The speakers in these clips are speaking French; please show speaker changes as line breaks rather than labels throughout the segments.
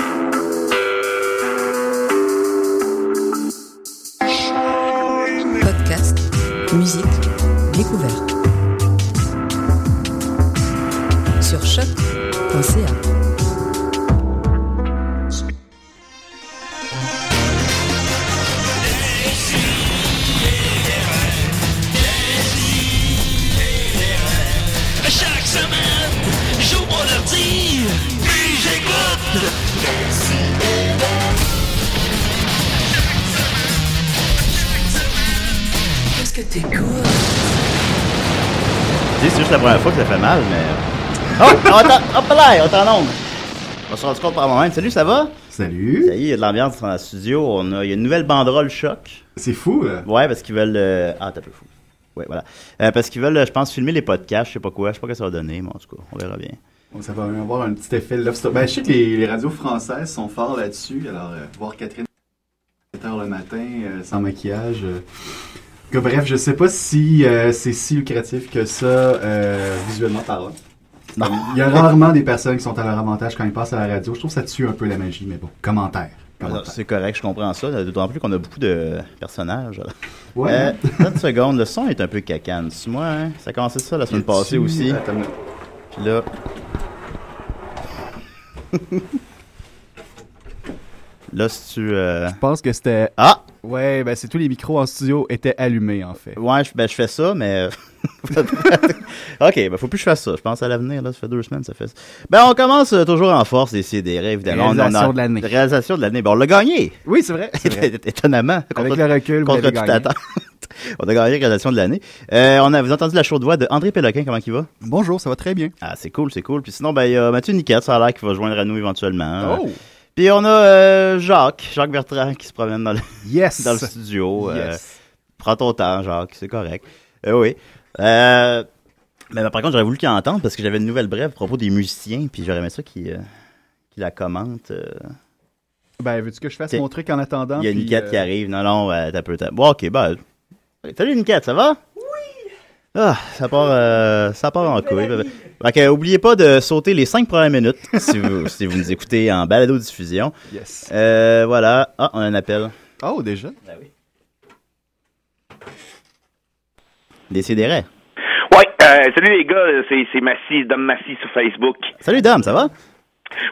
Podcast, musique, découverte. Sur choc.ca.
Chaque semaine, j'ouvre mon ordi, puis j'écoute. Qu'est-ce que t'écoutes?
Tu sais, c'est juste la première fois que ça fait mal, mais. Oh! on t'en- Hop là! On t'en onde! On se rend compte par moi-même. Salut, ça va?
Salut!
Ça y est, il y a de l'ambiance dans le studio. On a... Il y a une nouvelle banderole choc.
C'est fou, là!
Ouais, parce qu'ils veulent. euh, Ah, t'as un peu fou. Ouais, voilà. Euh, parce qu'ils veulent, euh, je pense, filmer les podcasts, je sais pas quoi. Je sais pas ce que ça va donner, mais en tout cas, on verra bien.
Bon, Ça va même avoir un petit effet love story. Ben, je sais que les, les radios françaises sont forts là-dessus. Alors, euh, voir Catherine à 7 h le matin, euh, sans maquillage. euh. Que bref, je sais pas si euh, c'est si lucratif que ça, euh, visuellement parlant.
Non.
Il y a rarement des personnes qui sont à leur avantage quand ils passent à la radio. Je trouve que ça tue un peu la magie, mais bon, commentaire.
Alors,
commentaire.
C'est correct, je comprends ça. D'autant plus qu'on a beaucoup de personnages. alors.
Ouais.
Euh, attends une seconde, le son est un peu cacane. C'est moi, hein? Ça a commencé ça la semaine passée aussi.
Attends une minute.
Puis là. là, si tu. euh,
Je pense que c'était.
Ah!
Ouais, ben c'est tous les micros en studio étaient allumés en fait.
Ouais, je, ben, je fais ça, mais. euh, ok, ben, faut plus que je fasse ça. Je pense à l'avenir, là. Ça fait deux semaines, ça fait ça. Ben, on commence euh, toujours en force, et c'est des rêves, évidemment. On- on a-
Réalisation de l'année.
Réalisation de l'année. Bon, on l'a gagné!
Oui, c'est vrai.
Étonnamment.
Avec
Contre-
le recul, vous
contre
l'avez
toute
gagné.
attente. on a gagné la réalisation de l'année. Euh, on a, vous avez entendu la chaude voix de André Péloquin, comment il va?
Bonjour, ça va très bien.
Ah, c'est cool, c'est cool. Puis sinon, ben, il y a Mathieu Niquette, ça a l'air qui va joindre à nous éventuellement. hein.
Oh!
Puis on a euh, Jacques, Jacques Bertrand qui se promène dans le,
Yes!
dans le studio. Euh,
Yes.
prends ton temps, Jacques, c'est correct. Euh, oui. Euh, mais par contre, j'aurais voulu qu'il entende parce que j'avais une nouvelle brève à propos des musiciens, puis j'aurais aimé ça qu'il euh, qu'il la commente. euh.
Ben, veux-tu que je fasse
Tiens.
mon truc en attendant?
Il y a
puis,
une quête
euh,
qui arrive. Non, non, euh, t'as peu de temps. Bon, ok, ben. Salut Niquette, ça va? Oui! Ah, ça part, euh, ça part en couille. Fait que, oubliez pas de sauter les cinq premières minutes si vous, si vous nous écoutez en balado-diffusion.
Yes.
Euh, voilà. Ah, on a un appel. Ben
Oh, déjà?
Décidérez.
Ouais, euh, salut les gars, c'est, c'est Massy, Dom Massy sur Facebook.
Salut Dom, ça va?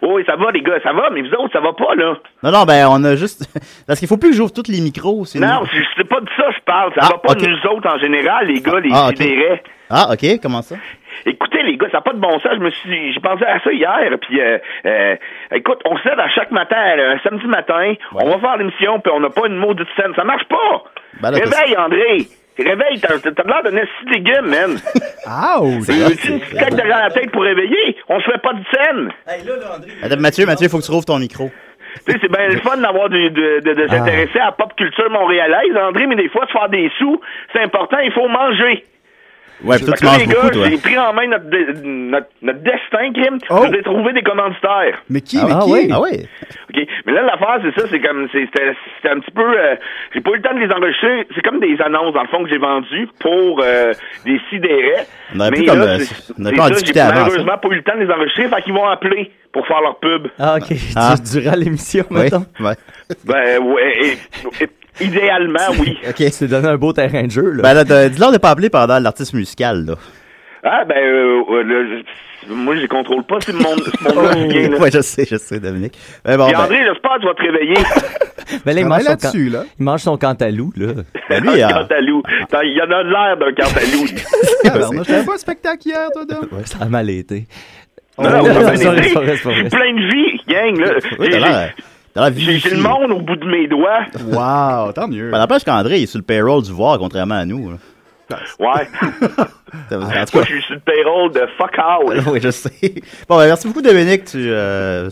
Oui, ça va les gars, ça va, mais vous autres, ça va pas, là.
Non, non, ben on a juste. Parce qu'il faut plus que j'ouvre tous les micros. sinon-
Non, c'est c'est pas de ça que je parle, ça
Ah,
va pas
ok.
de nous autres en général, les gars, les
Ah, ok.
sidérés.
Ah, ok, comment ça?
Écoutez les gars, ça n'a pas de bon sens, je me suis, j'ai pensé à ça hier, puis euh, euh, écoute, on se lève à chaque matin, euh, un samedi matin, on va faire l'émission, puis on n'a pas une maudite scène, ça marche pas!
Ben là,
Réveille, André! Réveille, t'as, t'as l'air d'un esti de légume, man!
Ouch!
Veux-tu une petite claque derrière la tête pour réveiller? On se fait pas de scène!
Attends, Mathieu, Mathieu, il faut que tu rouvres ton micro.
Tu sais, c'est bien le fun d'avoir du- de, de, de s'intéresser à la pop culture montréalaise, André, mais des fois, se faire des sous, c'est important, il faut manger.
Ouais, puis toi, tu
Fait que là,
manges
les gars,
beaucoup, toi.
j'ai pris en main notre, de- notre, notre destin, Kim.
Oh!
J'ai trouvé des commanditaires.
Mais qui?
Ah,
mais
ah
qui?
oui, ah oui.
OK? Mais là, l'affaire, c'est ça, c'est comme, c'est- c'était c'était un petit peu, euh, j'ai pas eu le temps de les enregistrer. C'est comme des annonces, dans le fond, que j'ai vendues pour euh, des sidérés.
On aurait pu comme, euh, on aurait pu en discuter
j'ai
avant, ça.
malheureusement pas eu le temps de les enregistrer, fait qu'ils vont appeler pour faire leur pub.
Ah, ok.
Ah.
Du- Durant l'émission,
Oui.
maintenant.
ouais.
Ben, ouais, et- et- idéalement, oui.
Ok.
Tu t'es donné un beau terrain de jeu, là.
Ben là, t'as- dis-leur de pas appeler pendant l'artiste musical, là.
Ah ben euh, euh, le- je- moi je les contrôle pas c'est mon c'est mon gars qui vient, là.
ouais, je sais, je sais, Dominique. Mais bon,
Puis
ben,
André, j'espère que tu vas te réveiller.
Mais ben, là, il mange,
Travaille
son can-
là-dessus, là.
il mange son cantalou, là.
ben, lui,
un
il a-
cantalou. T'as- Il y en a de l'air d'un cantalou.
Tabarnak, J'avais pas un spectacle hier, toi, Dom?
Ça a mal été.
Non, non,
Oh,
on va
c'est vrai,
m'aider.
c'est vrai, c'est
J'ai
vrai.
plein de vie, gang. Là.
Oui, t'as
J'ai-
l'air. T'as l'air
J'ai j'ai
vivifié.
le monde au bout de mes doigts.
Wow, tant mieux.
Ben, n'empêche qu'André, il est sur le payroll du voir, contrairement à nous. là.
Ouais.
En
Ah,
tout
Moi,
cas, Euh,
je suis sur le payroll de fuck out.
oui, je sais. Bon, ben, merci beaucoup, Dominique. Tu, euh,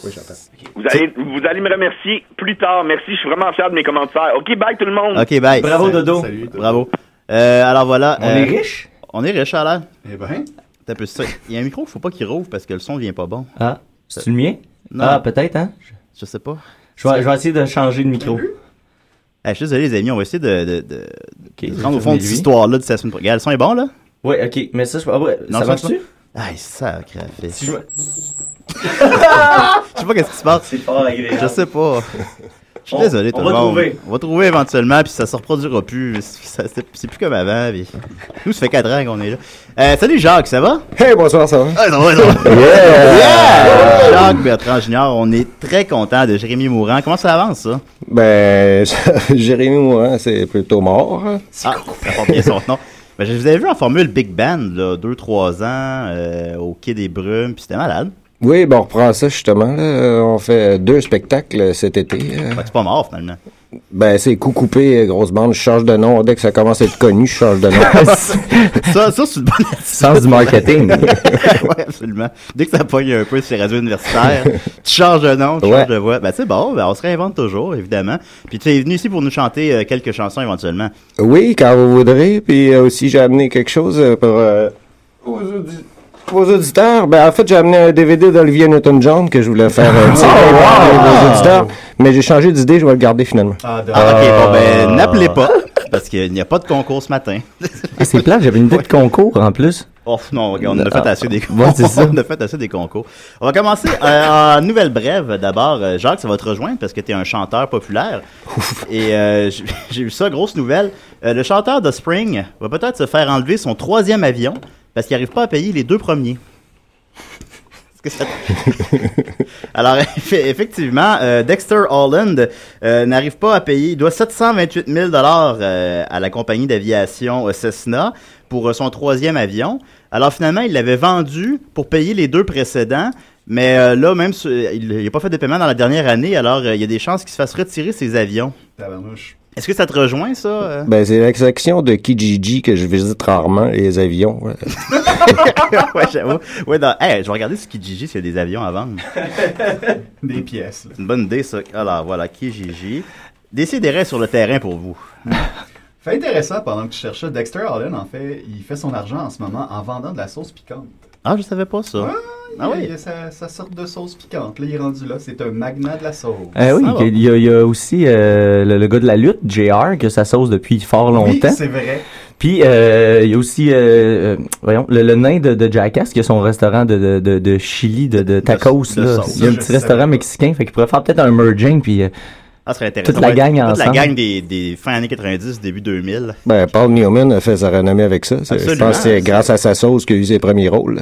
Vous allez, vous allez me remercier plus tard. Merci, je suis vraiment fier de mes commentaires. OK, bye tout le monde.
ok, bye.
Bravo, Dodo.
Salut. toi.
Bravo. Euh, alors voilà.
On
euh,
est riche?
On est riche, alors.
Eh ben,
T'as plus ça. Il y a un micro qu'il faut pas qu'il rouvre parce que le son vient pas bon.
Ah, c'est le mien?
Non.
Ah, peut-être, hein?
Je sais pas.
Je vais, je vais essayer de changer de micro.
Eh, je suis désolé, les amis, on va essayer de, de, de, de se rendre au fond de
fermez-lui.
cette histoire-là de cette semaine. prochaine. Regarde, le son est bon, là?
Ouais, ok. Mais ça, je... ah, ouais,
Non,
ça
ça
marche
marche
tu
Ah, sacré fils.
Si je me-
Je sais pas qu'est-ce qui se passe.
C'est fort agréable.
Je sais pas. Je suis
On-
désolé, tout
on
le
va
monde.
trouver.
On va trouver éventuellement, puis ça se reproduira plus. Ça- C'est c'est plus comme avant. Puis... Nous, ça fait 4 ans qu'on est là. Euh, salut Jacques, ça va?
Hey, bonsoir, ça va?
Ah, non, non. Yeah! Jacques Bertrand Junior, on est très content de Jérémy Mourant. Comment ça avance, ça?
Ben, Jérémy Mourant, c'est plutôt
Oh,
mort.
hein.
Ah, ça porte bien son nom. Ben, je vous avais vu en formule Big Band, là, 2-3 ans, euh, au Quai des Brumes, puis c'était malade.
Oui, ben, on reprend ça, justement. là. Euh, On fait deux spectacles cet été. euh.
Fait que c'est pas mort, finalement.
Ben, c'est coup coupé, euh, grosse bande. Je change de nom. Dès que ça commence à être connu, je change de nom.
Ça, ça c'est une bonne
Sens du marketing.
ouais, absolument. Dès que ça pogne un peu sur les radios universitaires, tu changes de nom, tu
Ouais.
changes de voix. Ben, c'est bon, ben, on se réinvente toujours, évidemment. Puis tu es venu ici pour nous chanter euh, quelques chansons éventuellement.
oui, quand vous voudrez. Puis euh, aussi, j'ai amené quelque chose euh, pour euh, aux, audi- aux auditeurs. Ben, en fait, j'ai amené un DVD d'Olivier Newton-John que je voulais faire euh, un petit aux auditeurs. Mais j'ai changé d'idée, je vais le garder finalement.
Ah, de-
Ah, ok, bon, ben, n'appelez pas, parce qu'il n'y a pas de concours ce matin.
Ah, c'est plat, j'avais une idée de concours en plus.
Oh non, on a
Ah,
fait assez des concours.
ouais, c'est ça.
On a fait assez des concours. On va commencer euh, en nouvelle brève. D'abord, euh, Jacques, ça va te rejoindre parce que tu es un chanteur populaire. Et euh, j- j'ai eu ça, grosse nouvelle. Euh, le chanteur de Spring va peut-être se faire enlever son troisième avion parce qu'il n'arrive pas à payer les deux premiers. Est-ce que ça te- Alors, eff- effectivement, euh, Dexter Holland euh, n'arrive pas à payer. Il doit 728 000 euh, à la compagnie d'aviation euh, Cessna pour euh, son troisième avion. Alors finalement, il l'avait vendu pour payer les deux précédents. Mais euh, là, même, sur- il n'a pas fait de paiement dans la dernière année, alors euh, il y a des chances qu'il se fasse retirer ses avions.
tabarnouche.
Est-ce que ça te rejoint, ça? euh?
Ben, c'est la section de Kijiji que je visite rarement, les avions. ouais.
ouais, j'avoue. Ouais, dans... hey, je vais regarder ce qui Kijiji s'il y a des avions à vendre.
Des pièces. là.
C'est une bonne idée, ça. Alors, voilà, Kijiji. Décidérez sur le terrain pour vous.
Fait intéressant pendant que tu cherchais. Dexter Allen, en fait, il fait son argent en ce moment en vendant de la sauce piquante.
Ah, je savais pas ça.
Ouais,
Ah
il,
oui?
il a sa, sa sorte de sauce piquante. Là, il est rendu là. C'est un magnat de la sauce.
Ah oui,
Ça va.
il y, a- il y a aussi euh, le, le gars de la lutte, JR, que ça sauce depuis fort
Oui,
longtemps.
c'est vrai.
Puis euh, il y a aussi, euh, euh, voyons, le, le nain de, de Jackass qui a son restaurant de, de, de, de chili, de, de tacos.
de
là.
sauce.
Il y a
Ça,
un
je
petit
savais
restaurant
pas.
mexicain, fait qu'il pourrait faire peut-être un merging. Puis euh,
Ah, ça serait intéressant.
Toute la gang
Toute la
ensemble.
gang des, des fins années 90, début 2000.
Ben, Paul Newman a fait sa renommée avec ça. C'est- Je
Absolument.
pense que c'est grâce à sa sauce qu'il a eu ses premiers rôles.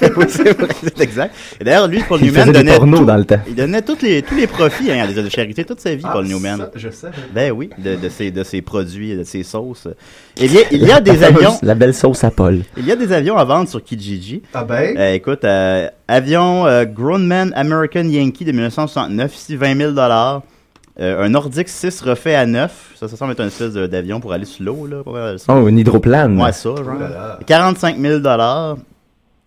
oui, c'est vrai, c'est exact. Et d'ailleurs, lui, Paul
Il
Newman
faisait des
donnait.
pornos
tout-
dans le temps.
Il donnait toutes les, tous les profits hein, à des œuvres de charité toute sa vie,
Ah,
Paul Newman.
ça, je savais.
Ben oui, de, de, ses, de ses produits, de ses sauces. Eh bien, il y a des avions,
la belle sauce à Paul.
il y a des avions à vendre sur Kijiji.
Ah ben,
Euh, écoute, euh, avion euh, Grown Man American Yankee de 1969, ici 20 000 dollars. Euh, un Nordic 6 refait à 9. Ça, ça semble être un espèce de- d'avion pour aller sur l'eau, là. pour aller sur-
Oh, un hydroplane.
Ouais, ça, genre.
là là.
45 000 dollars.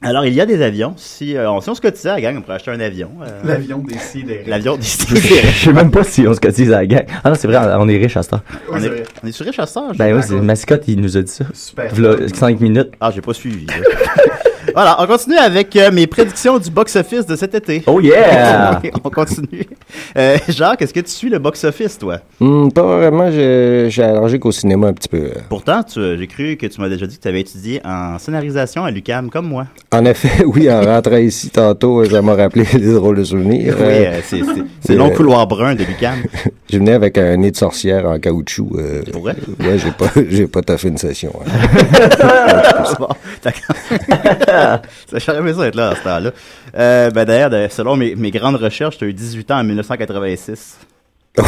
Alors, il y a des avions. Si, euh, on, si on se cotisait à la gang, on pourrait acheter un avion. euh,
l'avion des sidérés.
L'avion des
Je sais même pas si on se cotise à la gang. Ah non, c'est vrai, on est riche à ce temps.
Oui,
on,
c'est
est,
vrai.
on est sur riche à ça, je-
Ben oui, c'est mascotte, il nous a dit ça.
Super.
V'là 5 minutes.
Ah, j'ai pas suivi. là. voilà, on continue avec euh, mes prédictions du box-office de cet été.
Oh yeah!
Oui, on continue. Euh, Jacques, est-ce que tu suis le box-office, toi?
Hum, pas vraiment, je- j'ai allergique au cinéma un petit peu. euh.
Pourtant, tu- euh, j'ai cru que tu m'as déjà dit que tu avais étudié en scénarisation à l'UCAM, comme moi.
En effet, oui, en rentrant ici tantôt, euh, ça m'a rappelé des drôles de souvenirs.
oui,
Euh,
euh, c'est- c'est c'est
euh,
long couloir brun de l'UCAM.
je venais avec un nez de sorcière en caoutchouc. euh,
Pour vrai?
ouais, j'ai pas, j'ai pas taffé une session. hein.
Euh, Bon, d'accord. ça j'aurais aimé ça être là à ce temps-là. Euh, ben d'ailleurs, de- selon mes, mes grandes recherches, tu as eu 18 ans en 1986.
Oui.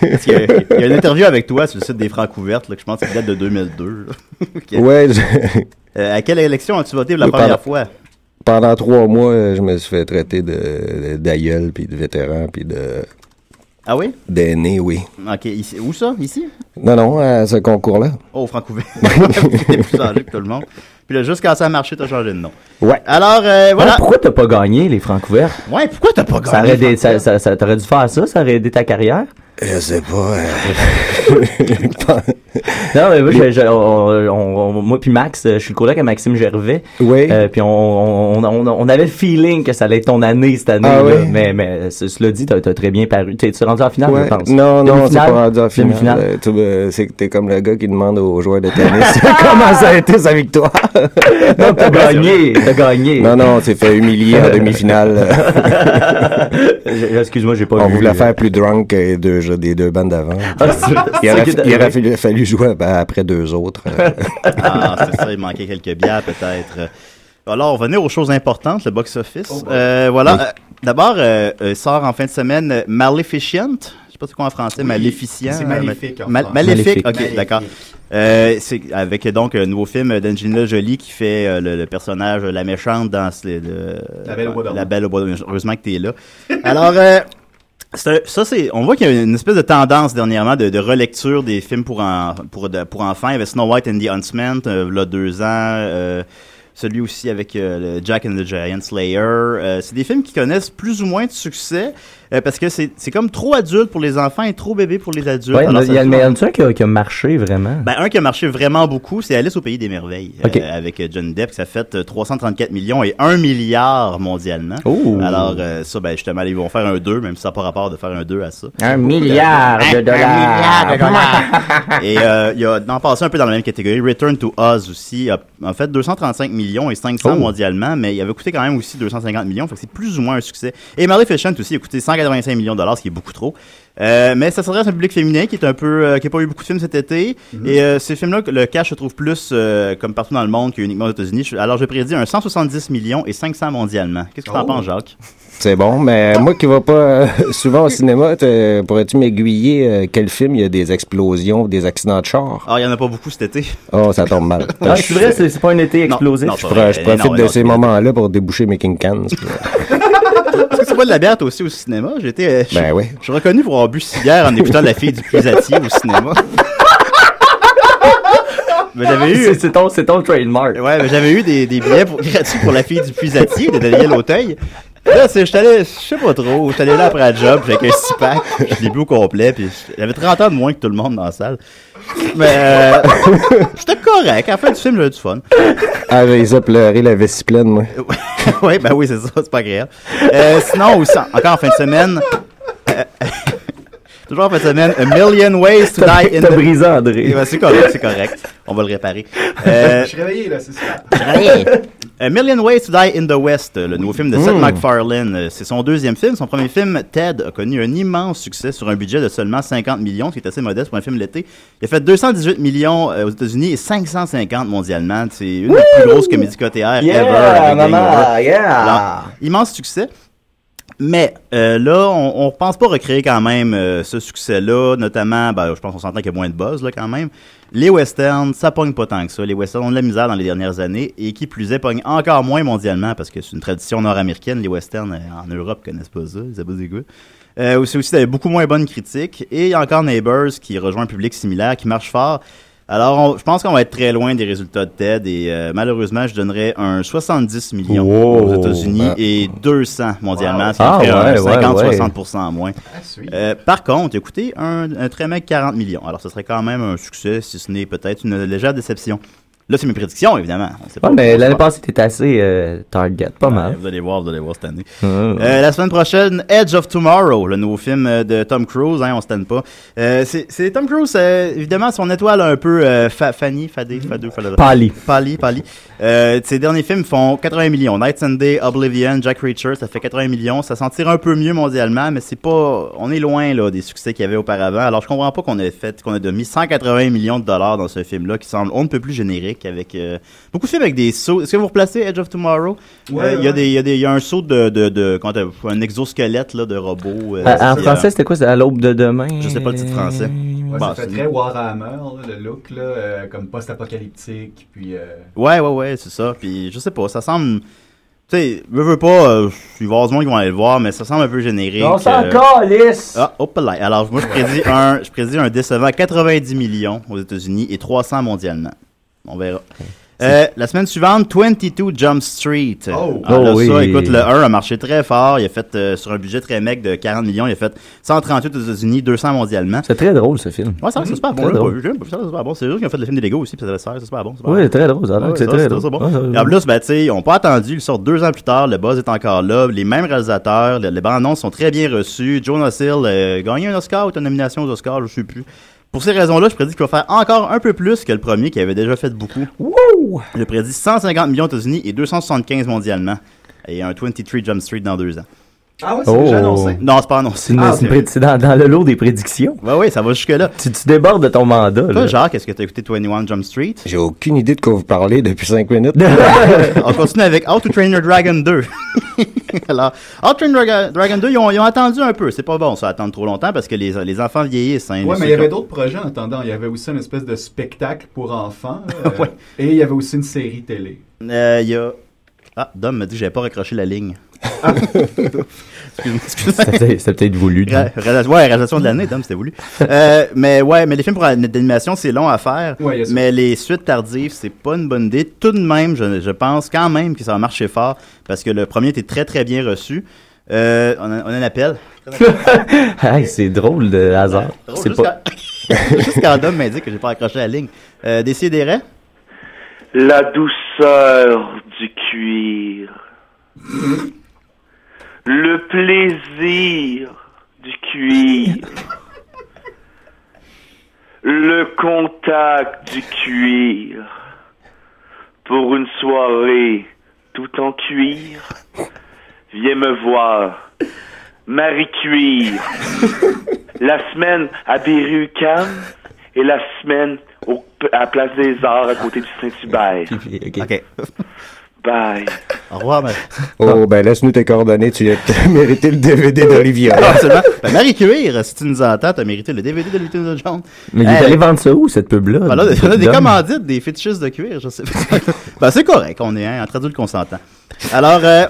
Parce qu'il y a- Il y a une interview avec toi sur le site des Francs ouvertes, là, que je pense qui date de 2002. là. Ok.
Ouais, je-
Euh, à quelle élection as-tu voté pour la
Oui,
première
pardon.
fois?
pendant trois mois, euh, je me suis fait traiter de, de- d'aïeul, puis de vétéran, puis de,
Ah oui?
d'aîné, oui.
Ok, ici- où ça? Ici?
Non, non, à ce concours-là.
Oh, Franck ouvert. T'es plus âgé que tout le monde. Puis là, juste quand ça a marché, t'as changé de nom.
Ouais.
Alors, euh,
Voilà.
voilà.
pourquoi t'as pas gagné les francs couverts?
Ouais, pourquoi t'as pas
Ça aurait
gagné?
aidé- ça- ça- ça- T'aurais dû faire ça, ça aurait aidé ta carrière.
Je sais pas. euh,
Non, mais moi, je- je- on- on- on- moi puis Max, euh, je suis le coloc à Maxime Gervais.
oui.
Euh, puis on, on, on, on- on avait le feeling que ça allait être ton année cette année.
Ah
là.
oui?
Mais, mais ce- cela dit, t'as as très bien paru. T'es tu es rendu en finale,
Ouais.
je pense.
Non, non, c'est
Demi-finale?
pas rendu en finale.
Demi-finale.
Euh, tu- euh, c'est que t'es comme le gars qui demande aux joueurs de tennis comment ça a été sa victoire.
Donc, Ah! t'as gagné. T'as gagné.
non, non, on s'est fait humilier en demi-finale.
Je- Excuse-moi, j'ai pas
On
vu.
voulait faire plus drunk que les deux, jeux- des deux bandes d'avant.
Ah, c'est-
Il
c'est
aurait,
que-
il aurait fallu, fallu jouer ben, après deux autres. Euh,
Ah, c'est ça, il manquait quelques bières peut-être. Alors, on va venir aux choses importantes, le box-office.
Oh,
Euh, voilà. Euh, D'abord, euh, euh, sort en fin de semaine euh, Maleficent. Je sais pas c'est quoi en français, Maléficient.
c'est
euh,
Maléfique
ma-
en
mal-
français.
Maléfique, ok,
Maléfique.
d'accord. Euh, c'est avec euh, donc un nouveau film d'Angelina Jolie qui fait euh, le, le personnage, euh, la méchante dans ce- le- le-
La Belle au bois dormant.
La Belle au bois dormant. Heureusement que tu es là. Alors, euh, c'est un- ça, c'est, on voit qu'il y a une espèce de tendance dernièrement de, de relecture des films pour, en- pour, de- pour enfants. Il y avait Snow White and the Huntsman, euh, là, deux ans. euh, celui aussi avec euh, le Jack and the Giant Slayer. Euh, c'est des films qui connaissent plus ou moins de succès euh, parce que c'est, c'est comme trop adulte pour les enfants et trop bébé pour les adultes.
Ouais,
Alors,
mais il
ça
y a
se
mais il y en a un qui a, qui a marché vraiment.
ben, un qui a marché vraiment beaucoup, c'est Alice au Pays des Merveilles,
Ok.
euh, avec euh, Johnny Depp, qui ça fait euh, 334 millions et 1 milliard mondialement.
Oh.
Alors, euh, ça, ben, justement, ils vont faire un 2, même si ça n'a pas rapport de faire un 2 à ça.
Un milliard
euh,
de dollars.
Et euh, il y a, d'en passer un peu dans la même catégorie, Return to Oz aussi, a, en fait, 235 millions et 500
Oh.
mondialement, mais il avait coûté quand même aussi 250 millions, fait que c'est plus ou moins un succès. Et Maleficent aussi a coûté 185 millions de dollars, ce qui est beaucoup trop. Euh, mais ça s'adresse à un public féminin qui est un peu euh, qui n'a pas eu beaucoup de films cet été.
Mm-hmm.
Et euh, ces films-là, le cash se trouve plus euh, comme partout dans le monde qu'uniquement aux États-Unis. Je- Alors, je prédis un 170 millions et 500 mondialement. Qu'est-ce
Oh.
que t'en penses, Jacques?
C'est bon, mais moi qui va pas euh, souvent au cinéma, t'es- pourrais-tu m'aiguiller euh, quel film il y a des explosions, des accidents de char?
Ah, il n'y en a pas beaucoup cet été.
Oh, ça tombe mal.
Ah, c'est vrai, c'est c'est pas un été explosif.
Non, non,
Je,
pas
pro-
vrai.
je
Eh,
profite
non,
de
non,
ces
c'est-
moments-là pour déboucher mes King Cans. euh,
Est-ce que c'est pas de la bière, toi aussi, au cinéma? J'étais. euh, je-
Ben ouais.
Je suis reconnu pour avoir bu six bières en écoutant La fille du puisatier au cinéma. Mais j'avais eu.
C'est c'est ton, c'est ton trademark.
Ouais, mais j'avais eu des, des billets pour, gratuits pour La fille du puisatier de Daniel Auteuil. Là, c'est, j'étais allé, je sais pas trop, j'étais allé là après la job, j'avais un six pack, je l'ai bu au complet, puis j'avais 30 ans de moins que tout le monde dans la salle. Mais, euh, j'étais correct, à la fin du film, j'avais du fun.
ah, j'ai les a pleuré la vessie pleine, moi.
oui, ben oui, c'est ça, c'est pas agréable. Euh, sinon, aussi, en- encore en fin de semaine. euh, toujours en fin de semaine, A Million Ways to Die in
T'as
the.
brisé André.
Eh ben, c'est correct, c'est correct. On va le réparer. Euh,
Je suis réveillé, là, c'est ça.
A Euh, Million Ways to Die in the West, euh, le nouveau film de
Hmm.
Seth MacFarlane. Euh, C'est son deuxième film. Son premier film, Ted, a connu un immense succès sur un budget de seulement 50 millions, ce qui est assez modeste pour un film l'été. Il a fait 218 millions euh, aux États-Unis et 550 mondialement. C'est une des plus grosses comédies côtières ever.
Yeah,
avec Danny Glover.
maman, yeah.
Alors, immense succès. Mais euh, là, on ne pense pas recréer quand même euh, ce succès-là, notamment, ben, je pense qu'on s'entend qu'il y a moins de buzz là, quand même. Les westerns, ça pogne pas tant que ça. Les westerns ont de la misère dans les dernières années et qui plus est, pognent encore moins mondialement parce que c'est une tradition nord-américaine. Les westerns euh, en Europe connaissent pas ça, ils pas des goûts. Euh, c'est aussi des beaucoup moins bonnes critiques. Et il y a encore Neighbors qui rejoint un public similaire, qui marche fort. Alors, on- je pense qu'on va être très loin des résultats de TED et euh, malheureusement, je donnerais un 70 millions aux États-Unis et 200 mondialement, ce qui
Ah,
ferait un
ouais, ouais,
50-60% en moins.
À suivre.
Euh, par contre, écoutez, un, un très mec 40 millions. Alors, ce serait quand même un succès, si ce n'est peut-être une légère déception. Là, c'est mes prédictions, évidemment. On sait pas
Ouais, mais
On
l'année
sait pas.
passée, t'étais assez euh, target, pas
Ouais,
mal.
Vous allez voir, vous allez voir cette année.
Hum.
Euh, la semaine prochaine, Edge of Tomorrow, le nouveau film euh, de Tom Cruise, hein, on se tanne pas. Euh, c'est c'est Tom Cruise, euh, évidemment, son étoile un peu euh, fa- Fanny, Fadé, Fadeux, Fadeux.
Pali.
Pali, Pali. Euh, ses derniers films font 80 millions. Night Sunday, Oblivion, Jack Reacher, ça fait 80 millions. Ça s'en tire un peu mieux mondialement, mais c'est pas, on est loin là des succès qu'il y avait auparavant. Alors je comprends pas qu'on ait fait, qu'on ait mis 180 millions de dollars dans ce film-là, qui semble on ne peut plus générique avec euh, beaucoup de films avec des sauts. Est-ce que vous replacez Edge of Tomorrow Euh, Il
Ouais,
y a
ouais.
des, il y a des, il y a un saut de, de, de quand t'as un exosquelette là de robot. euh,
Euh, en
c'est,
français, c'était quoi? C'était à l'aube de demain?
Je sais pas le titre français.
Ouais,
Bah,
ça fait
c'est-
très Warhammer, là, le look, là, euh, comme post-apocalyptique, puis... euh,
Ouais, ouais, ouais, c'est ça. Puis je sais pas, ça semble. Tu sais, veux, veux pas, euh, il va y avoir du monde qui vont aller le voir, mais ça semble un peu générique.
On s'en
euh.
calisse!
Ah, hop là. Alors, moi, je prédis un, je prédis un décevant à 90 millions aux États-Unis et 300 mondialement. On verra. Euh, la semaine suivante, 22 Jump Street.
Oh.
Ah, là,
Oh, oui.
ça, écoute, le 1 a marché très fort. Il a fait, euh, sur un budget très maigre de 40 millions, il a fait 138 aux États-Unis, 200 mondialement.
C'est très drôle, ce film.
Ouais, ça, c'est super bon.
Très
j'ai
drôle.
pas vu, j'ai pas vu ça, C'est super bon. C'est juste qu'ils ont fait le film des Lego aussi, puis ça va se faire. C'est super bon. c'est super
Oui, très drôle. ça a
Ah
l'air
ouais,
que C'est
ça,
très
c'est
drôle.
ça, c'est bon.
Ouais, ça,
Et en plus, ben, tu sais, ils n'ont pas attendu. Ils sortent deux ans plus tard. Le buzz est encore là. Les mêmes réalisateurs. le- Les bandes annonces sont très bien reçues. Jonas Hill euh, a gagné un Oscar ou une nomination aux Oscars, je ne sais plus. Pour ces raisons-là, je prédis qu'il va faire encore un peu plus que le premier qui avait déjà fait beaucoup. Je prédis 150 millions aux États-Unis et 275 mondialement. Et un 23 Jump Street dans deux ans.
Ah ouais, c'est
Oh.
déjà annoncé.
Non, c'est pas annoncé.
C'est une-
Ah,
c'est une
ok.
prédi- c'est dans, dans le lot des prédictions.
Ouais, ouais, ça va jusque-là.
Tu, tu débordes de ton mandat.
Toi,
Là.
Jacques, est-ce que tu as écouté 21 Jump Street?
J'ai aucune idée de quoi vous parlez depuis 5 minutes.
On continue avec How to Train Your Dragon 2. Alors, How to Train Your Draga- Dragon 2, ils ont, ils ont attendu un peu. C'est pas bon, ça, attendre trop longtemps parce que les, les enfants vieillissent. hein.
Ouais,
Les-
mais il y avait d'autres projets en attendant. Il y avait aussi une espèce de spectacle pour enfants. là, euh, Et il y avait aussi une série télé.
Euh, il y a. Ah, Dom m'a dit que j'avais pas raccroché la ligne. Excuse-moi. excuse-moi.
C'était c'était peut-être voulu. dis.
Ra- réalisa- Ouais, réalisation de l'année, Dom, c'était voulu. Euh, mais ouais, mais les films pour la- d'animation, c'est long à faire.
Ouais, il y a ça.
mais les suites tardives, c'est pas une bonne idée. Tout de même, je, je pense quand même que ça va marcher fort parce que le premier était très très bien reçu. Euh, on, a, on a un appel.
Hey, c'est drôle de hasard. C'est pas...
Juste quand Dom m'a dit que j'ai pas accroché la ligne. Euh, Décidérez.
La douceur du cuir. Le plaisir du cuir. Le contact du cuir. Pour une soirée tout en cuir. Viens me voir. Marie Cuir. La semaine à Berry-UQAM et la semaine au- à Place des Arts à côté du Saint-Hubert.
OK.
Bye.
Au revoir, ma- Ah.
Oh, ben laisse-nous tes coordonnées, tu as mérité le DVD d'Olivia.
Non, absolument. Ben, Marie Cuir, si tu nous entends, t'as mérité le DVD de Lieutenant Jones. Euh,
Mais il est
Hey.
allé vendre ça où, cette pub-là?
Ben là, on a des
Dom?
commandites, des fétichistes de cuir, je sais pas. ben, c'est correct, on est hein, entre adultes consentants. Alors, euh,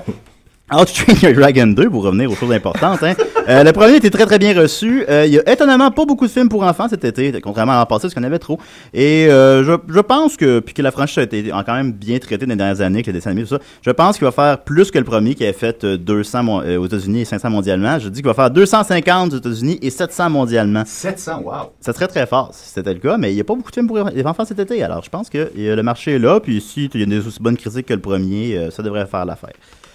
How to Train Your Dragon 2, pour revenir aux choses importantes, hein. Euh, le premier était très très bien reçu. Euh, Il y a étonnamment pas beaucoup de films pour enfants cet été, contrairement à l'an passé, parce qu'on avait trop. Et euh, je, je pense que, puis que la franchise a été en- quand même bien traitée dans les dernières années, que les dessins animés, tout ça, je pense qu'il va faire plus que le premier qui a fait euh, 200 mon- euh, aux États-Unis et 500 mondialement. Je dis qu'il va faire 250 aux États-Unis et 700 mondialement.
700, wow!
Ça serait très fort si c'était le cas, mais il n'y a pas beaucoup de films pour les enfants cet été. Alors, je pense que euh, le marché est là, puis si il y a des aussi bonnes critiques que le premier, euh, ça devrait faire l'affaire.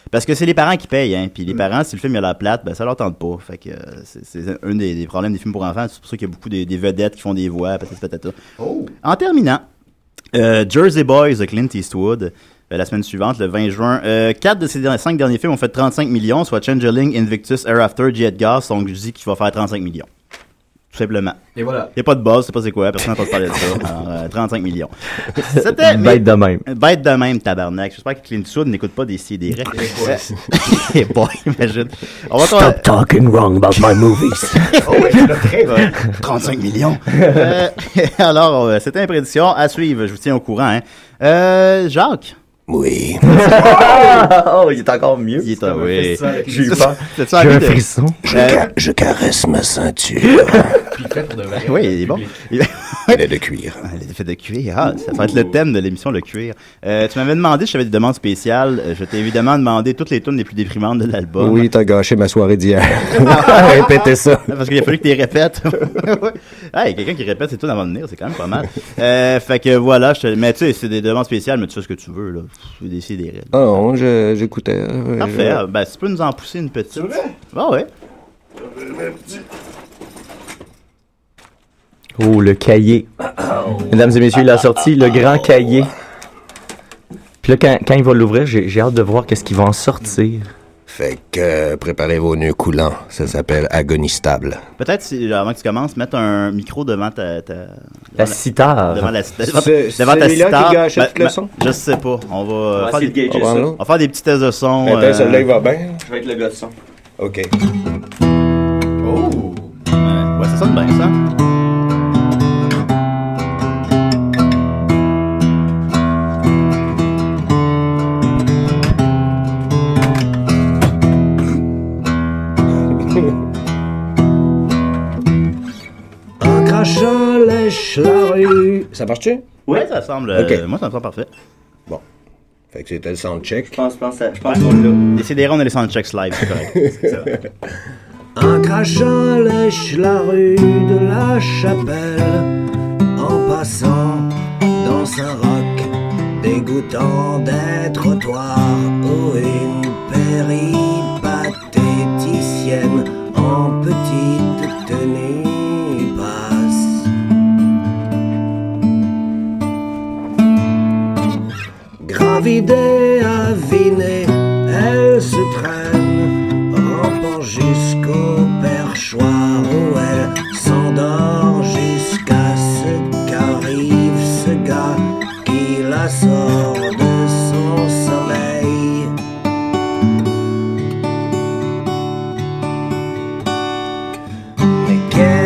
Parce que c'est les parents qui payent, hein. Puis les parents, si le film il a la plate, ben ça leur tente pas. Fait que euh, c'est- c'est un des, des problèmes des films pour enfants. C'est pour ça qu'il y a beaucoup des, des vedettes qui font des voix, patati patata.
Oh!
En terminant, euh, Jersey Boys de Clint Eastwood, euh, la semaine suivante, le 20 juin. Euh, quatre de ses derniers- cinq derniers films ont fait 35 millions, soit Changeling, Invictus, Air After, Jet Gas. Donc je dis qu'il va faire 35 millions. Tout simplement.
Et voilà.
Il n'y a pas de base, c'est pas c'est quoi, personne n'a pas parler de ça. Alors, euh, 35 millions. C'était.
Bête
mais-
de même.
Bête de même, tabarnak. J'espère que Clint Eastwood n'écoute pas des si des rêves. Eh boy, imagine. On va
Stop talking wrong about my movies.
Oh, ouais, c'est le très bon.
35 millions. Euh, alors, euh, c'était une prédiction à suivre. Je vous tiens au courant. Hein. Euh, Jacques.
Oui.
oh, il est encore mieux.
Il est
comme un
oui.
festival avec
J'ai eu
les-
peur.
C'est
J'ai un frisson.
Euh,
Je, ca- je caresse ma ceinture.
Puis fait pour de vrai.
Ben Oui, il est bon. Il-
Elle est de cuir.
Ah, Les effets de cuir. Ah, ça va être le thème de l'émission, le cuir. Euh, tu m'avais demandé, je t'avais des demandes spéciales. Euh, Je t'ai évidemment demandé toutes les tunes les plus déprimantes de l'album.
Oui, t'as gâché ma soirée d'hier. Ah, Répétez ça.
Non, Parce qu'il a fallu que tu les répètes. hey, quelqu'un qui répète, c'est tout avant de venir, c'est quand même pas mal. Euh, fait que voilà, je te... mais tu sais, c'est des demandes spéciales, mais tu fais ce que tu veux, là. Tu peux décider des règles.
Ah non, je- j'écoutais. euh,
Parfait. Ah, Ben, tu peux nous en pousser une petite. C'est vrai? Ah ouais.
Oh, le cahier. Mesdames et messieurs, il a sorti le grand cahier. Puis là, quand, quand il va l'ouvrir, j'ai j'ai hâte de voir qu'est-ce qui va en sortir.
Fait que euh, préparez vos nœuds coulants. Ça s'appelle agonistable.
Peut-être, si- avant que tu commences, mettre un micro devant ta. ta-
La
devant
citare.
Devant la devant,
C'est-
devant ta
celui-là qui
sitar. Ben,
gâchait tout le son?
Je sais pas. On va, euh,
va
faire,
essayer de
des,
gager.
On va en
ça.
l'autre?
on va faire des petits tests de son.
Attends,
euh,
celui-là, il va bien.
Je vais être le gars de son.
OK.
Oh!
Ouais, ça sonne bien, ça.
En crachant, lèche la rue. Ça marche-tu?
Ouais, ça semble. euh,
Ok.
moi, ça me semble parfait.
Fait que c'était le soundcheck.
pense, je pense, à- je pense qu'on l'a.
Décidément, on a les soundchecks live, c'est correct.
En crachant lèche la rue de la chapelle, en passant dans Saint-Roch, dégoûtant des trottoirs, où une péripatéticienne en petite tenue passe. Gravidée, avinée, elle se traîne, rampant jusqu'au perchoir où elle s'endort jusqu'à ce qu'arrive ce gars qui la sort de son sommeil. Mais qu'est-ce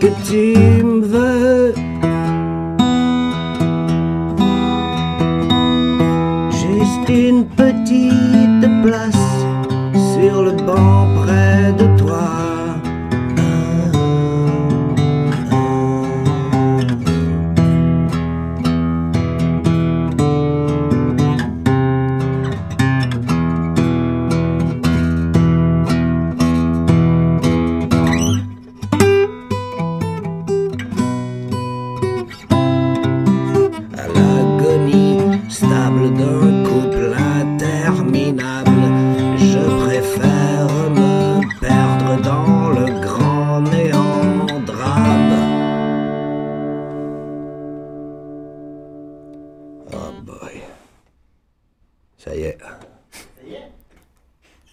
que tu me veux Juste une petite place sur le banc près de toi. à l'agonie stable d'un couple interminable. Je préfère me perdre dans le grand néant drabe. Oh boy. Ça y est.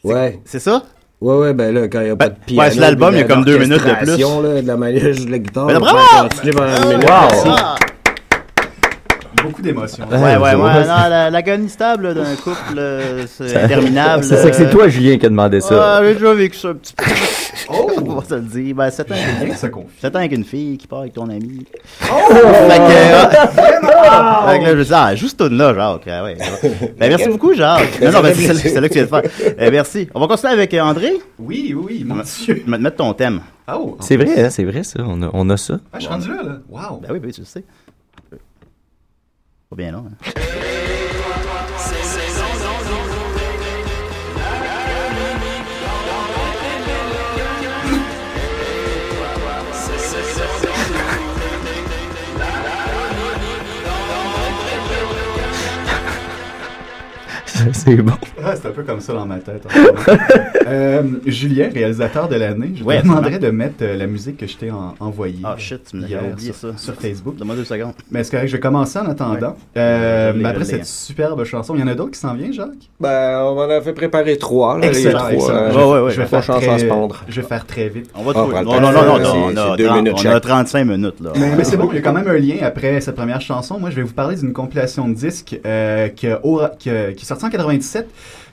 Ouais,
C'est ça?
ouais, ouais, ben là, quand il n'y a pas
Ben,
de piano...
ouais, sur l'album,
puis
il y a comme deux minutes de plus.
d'orchestration, là, de la manière de la guitare...
Ben,
on
bravo!
va continuer pendant une minute.
Ah!
Beaucoup d'émotions.
Ouais, ouais, ouais. Non, la- l'agonie stable d'un couple, euh, c'est interminable.
C'est ça que c'est
euh,
toi, Julien, qui a demandé ça.
Ah, j'ai déjà vécu ça un petit peu. On va se le dire. Ben, 7 ans, avec-
Ça confie.
sept ans avec une fille qui part avec ton ami. Oh! Fait que, euh, fait que là, je me dis, ah, juste une là, Jacques. Ah, ouais. Ben, merci beaucoup, Jacques. Non, non, ben, c'est celle- c'est celle-là que tu viens de faire. Euh, merci. On va continuer avec euh, André.
Oui, oui, oui, mon Dieu.
Je vais te mettre ton thème.
Oh,
C'est vrai, hein, c'est vrai, ça. On a, on a ça.
ah, je suis rendu là, là. Wow.
Ben oui, ben oui, tu le sais. Pas bien long, hein.
c'est bon.
Ah, c'est un peu comme ça dans ma tête. en ce moment. Euh, Julien, réalisateur de l'année, je
Ouais,
te demanderais de mettre euh, la musique que je t'ai en- envoyée.
Ah, shit, tu me l'avais
hier
oublié,
sur-
ça.
Sur Facebook.
Donne-moi deux secondes.
Mais c'est correct, je vais commencer en attendant.
Ouais.
Euh,
Je l'ai,
mais
je
après
l'ai, hein.
cette superbe chanson, il y en a d'autres qui s'en viennent, Jacques
Ben, on m'en a fait préparer trois, là,
Excellent,
les trois.
excellent.
euh,
Je-
Ouais, ouais, ouais.
Je vais
Pas
faire
chance
très-
à se pendre.
Je vais faire très vite.
On va
Ah,
trouver.
on prend
Non,
le
non,
temps.
non, non,
C'est-
non, on
c'est
a
deux
30
minutes
on a
chaque.
35 minutes, là.
Mais, c'est bon, il y a quand même un lien après cette première chanson. Moi, je vais vous parler d'une compilation de disques euh, que- au- que- qui est sortie en 97,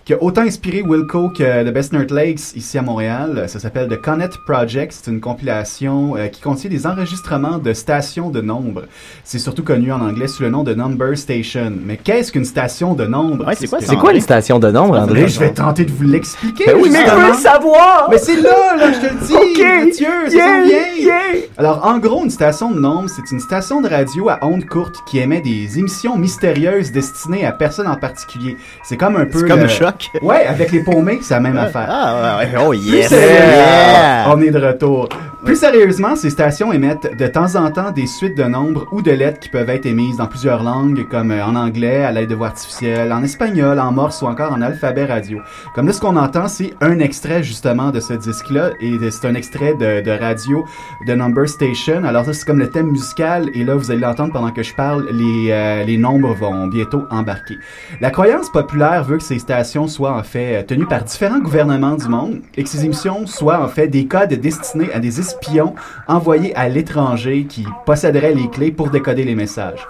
qui a autant inspiré Wilco que The Best Nerd Lakes ici à Montréal. Ça s'appelle The Connect Project. C'est une compilation euh, qui contient des enregistrements de stations de nombres. C'est surtout connu en anglais sous le nom de Number Station. Mais qu'est-ce qu'une station de nombres
Ouais, c'est quoi
ce
ça?
C'est
que-
quoi une station de nombre, André?
Mais Je vais tenter de vous l'expliquer.
Ben oui, mais je veux le
justement.
savoir!
Mais c'est là, là, je te le dis, Mathieu, ça s'en vient. Alors, en gros, une station de nombres, c'est une station de radio à ondes courtes qui émet des émissions mystérieuses destinées à personne en particulier. C'est comme un peu...
C'est comme
le-
le choc.
Ouais, avec les paumés, c'est la même affaire.
Ah, ouais, ouais. Oh,
Plus
yes!
sérieux-
Yeah!
On est de retour. Plus sérieusement, ces stations émettent de temps en temps des suites de nombres ou de lettres qui peuvent être émises dans plusieurs langues, comme euh, en anglais, à l'aide de voix artificielles, en espagnol, en morse ou encore en alphabet radio. Comme là, ce qu'on entend, c'est un extrait justement de ce disque-là, et de- c'est un extrait de, de radio de Number Station. Alors ça, c'est comme le thème musical, et là, vous allez l'entendre pendant que je parle, les, euh, les nombres vont bientôt embarquer. La croyance populaire veut que ces stations soient en fait euh, tenues par différents gouvernements du monde et que ces émissions soient en fait des codes destinés à des espions envoyés à l'étranger qui posséderaient les clés pour décoder les messages.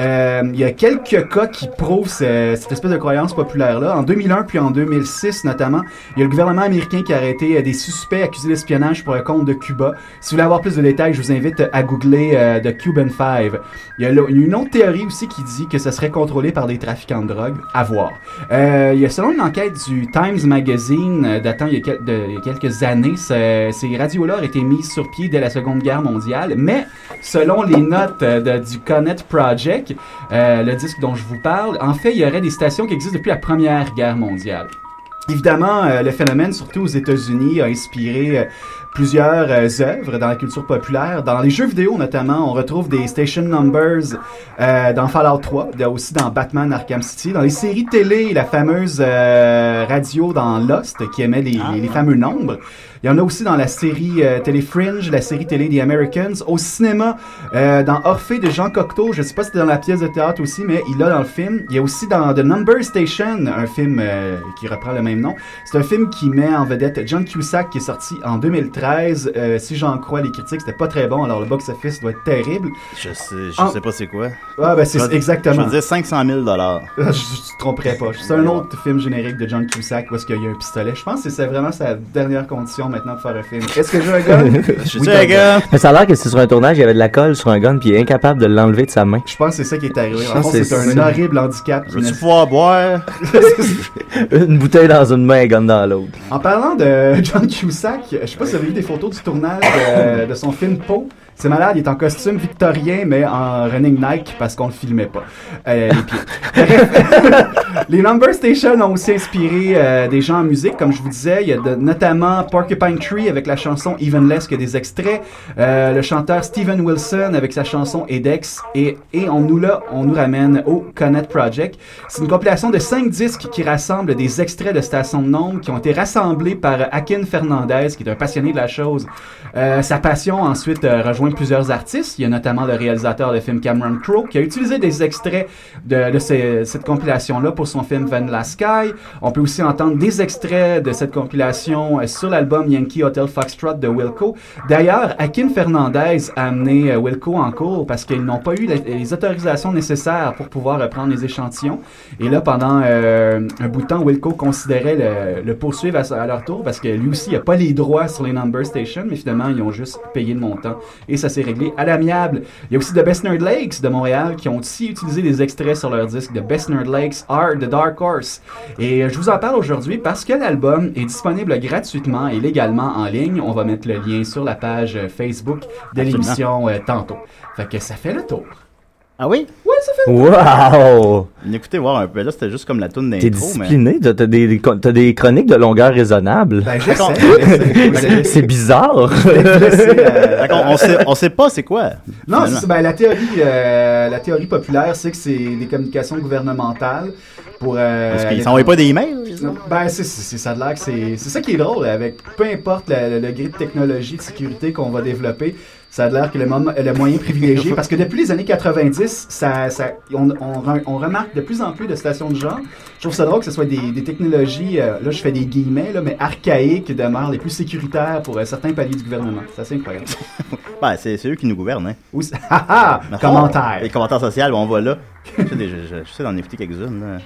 Euh, Il y a quelques cas qui prouvent ce- cette espèce de croyance populaire-là. En 2001 puis en 2006 notamment, il y a le gouvernement américain qui a arrêté euh, des suspects accusés d'espionnage pour le compte de Cuba. Si vous voulez avoir plus de détails, je vous invite à googler euh, The Cuban Five. Il y a le- il y a une autre théorie aussi qui dit que ce serait contrôlé par des trafiquants de drogue. À voir. Euh, il y a selon une enquête du Times Magazine euh, datant il y a, quel- de- il y a quelques années, ce- ces radios-là ont été mises sur pied dès la Seconde Guerre mondiale, mais selon les notes euh, de- du Connect Project, euh, le disque dont je vous parle, en fait, il y aurait des stations qui existent depuis la Première Guerre mondiale. Évidemment, euh, le phénomène, surtout aux États-Unis, a inspiré euh, plusieurs euh, œuvres dans la culture populaire. Dans les jeux vidéo, notamment, on retrouve des station numbers euh, dans Fallout 3, de- aussi dans Batman Arkham City. Dans les séries télé, la fameuse euh, radio dans Lost qui émet les, les fameux nombres. Il y en a aussi dans la série euh, télé Fringe, la série télé The Americans. Au cinéma, euh, dans Orphée de Jean Cocteau, je ne sais pas si c'est dans la pièce de théâtre aussi, mais il l'a dans le film. Il y a aussi dans The Number Station, un film euh, qui reprend le même nom. C'est un film qui met en vedette John Cusack qui est sorti en 2013. Euh, si j'en crois les critiques, c'était pas très bon, alors le box-office doit être terrible.
Je sais, je
Ah.
sais pas c'est quoi.
Ah, ben, c'est-
Je vais-
exactement.
Je veux dire 500 000 dollars.
Je, je te tromperais pas. C'est un autre film générique de John Cusack où est-ce qu'il y a un pistolet. Je pense que c'est vraiment sa dernière condition maintenant de faire un film. Est-ce que j'ai un gun? Oui, t'as un gun.
Mais ça a l'air que c'est sur un tournage, il y avait de la colle sur un gun, puis il est incapable de l'enlever de sa main.
Je pense que c'est ça qui est arrivé.
Je
En
pense
fait,
que
c'est
c'est
un
ça.
horrible handicap. qui
Veux-tu
naît-
Pouvoir boire.
Une bouteille dans une main, un gun dans l'autre.
En parlant de John Cusack, je sais pas si vous avez vu des photos du tournage euh, de son film Po. C'est malade, il est en costume victorien, mais en running Nike parce qu'on le filmait pas. Euh, les pieds. Bref, les Number Station ont aussi inspiré euh, des gens en musique, comme je vous disais. Il y a de- notamment Porcupine Tree avec la chanson Evenless, qui a des extraits. Euh, le chanteur Steven Wilson avec sa chanson Edex. Et, et on nous là, on nous ramène au Connect Project. C'est une compilation de cinq disques qui rassemble des extraits de stations de nombre qui ont été rassemblés par Akin Fernandez, qui est un passionné de la chose. Euh, sa passion ensuite euh, rejoint plusieurs artistes. Il y a notamment le réalisateur de film Cameron Crowe qui a utilisé des extraits de, de ce- cette compilation-là pour son film Vanilla Sky. On peut aussi entendre des extraits de cette compilation euh, sur l'album Yankee Hotel Foxtrot de Wilco. D'ailleurs, Akin Fernandez a amené euh, Wilco en cours parce qu'ils n'ont pas eu les, les autorisations nécessaires pour pouvoir euh, prendre les échantillons. Et là, pendant euh, un bout de temps, Wilco considérait le, le poursuivre à, sa- à leur tour parce que lui aussi, il n'a pas les droits sur les Number Station, mais finalement, ils ont juste payé le montant et ça s'est réglé à l'amiable. Il y a aussi The Best Nerd Lakes de Montréal qui ont aussi utilisé des extraits sur leur disque The Best Nerd Lakes Are The Dark Horse. Et euh, je vous en parle aujourd'hui parce que l'album est disponible gratuitement et légalement en ligne. On va mettre le lien sur la page euh, Facebook de
Absolument.
l'émission euh, tantôt. Fait que ça fait le tour.
Ah oui?
Ouais, ça fait le tour.
Wow!
Écoutez, voir un peu. Là, c'était juste comme la toune d'intro.
T'es discipliné, t'as t'as des, t'as des chroniques de longueur raisonnable.
Ben,
j'essaie,
j'essaie.
c'est bizarre.
euh,
D'accord, on sait, on sait pas c'est quoi.
Non,
finalement.
c'est, ben, la, théorie, euh, la théorie populaire, c'est que c'est des communications gouvernementales pour. euh,
Parce qu'ils
aller-
s'envoient pas des emails,
Ben, c'est, c'est- c'est ça de l'air que c'est, c'est ça qui est drôle avec peu importe le, le- le gré de technologie, de sécurité qu'on va développer. Ça a de l'air que le, mom- le moyen privilégié, parce que depuis les années 90, ça, ça- on, on re- on remarque de plus en plus de stations de genre. Je trouve ça drôle que ce soit des, des technologies, euh, là je fais des guillemets, là, mais archaïques qui demeurent les plus sécuritaires pour euh, certains paliers du gouvernement. C'est assez incroyable.
Ben, c'est c'est eux qui nous gouvernent, hein.
Ou- Ah, ah,
Marco,
commentaire.
Les commentaires sociaux, ben, on va là. je, sais, des- je- je- je sais d'en écouter quelques-unes, là.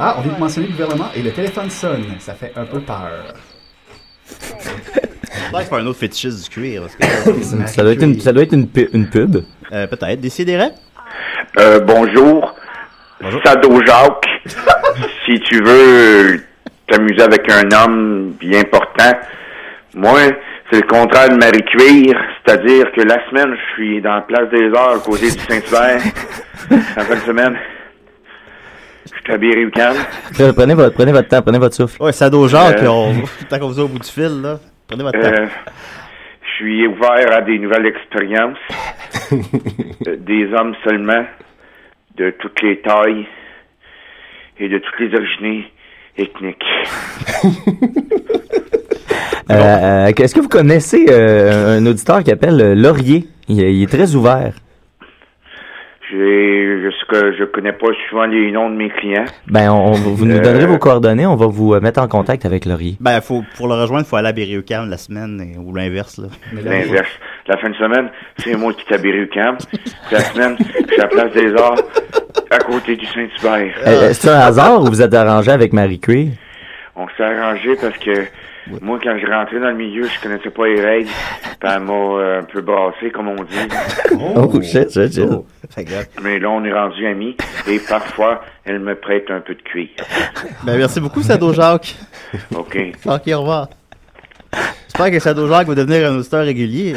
Ah, on vient de mentionner le gouvernement et le téléphone sonne. Ça fait un peu peur.
J'espère que c'est pas un autre fétichiste du cuir. parce que-
ça, doit être une, ça doit être une, pu- une pub.
Euh, Peut-être. Décidérez.
Euh, bonjour. Sado Jacques. si tu veux t'amuser avec un homme bien portant, moi, c'est le contraire de Marie Cuir. C'est-à-dire que la semaine, je suis dans la place des arts, à côté du Saint-Hubert. En fin de semaine, je suis à Berry-UQAM.
Pre- Prenez votre, prenez votre temps, prenez votre souffle.
Ouais, Sado Jacques,
Euh.
on... tant qu'on vous a au bout du fil, là. Prenez votre temps.
Euh, je suis ouvert à des nouvelles expériences, euh, des hommes seulement, de toutes les tailles et de toutes les origines ethniques.
Euh, euh, Est-ce que vous connaissez euh, un auditeur qui appelle euh, Laurier? Il, est- il est très ouvert.
J'ai, je, sais que je connais pas souvent les noms de mes clients.
Ben, on, on- vous nous
Euh.
donnerez vos coordonnées, on va vous euh, mettre en contact avec Laurier.
Ben, faut, pour le rejoindre, il faut aller à Berry-UQAM la semaine, et- ou l'inverse, là.
L'inverse. La fin de semaine, c'est moi qui t'habille au camp. Puis la semaine, je suis à Place des Arts, à côté du Saint-Hubert.
Ah.
Euh, C'est un hasard ou vous êtes arrangé avec Marie Curie?
On s'est arrangé parce que moi, quand je rentrais dans le milieu, je connaissais pas les règles. Puis elle m'a euh, un peu brassé, comme on dit.
Oh, shit, shit, shit.
Mais là, on est rendu amis. Et parfois, elle me prête un peu de cuir.
Ben, merci beaucoup, Sado Jacques.
OK.
Ok, au revoir. J'espère que Sado Jacques va devenir un auditeur régulier.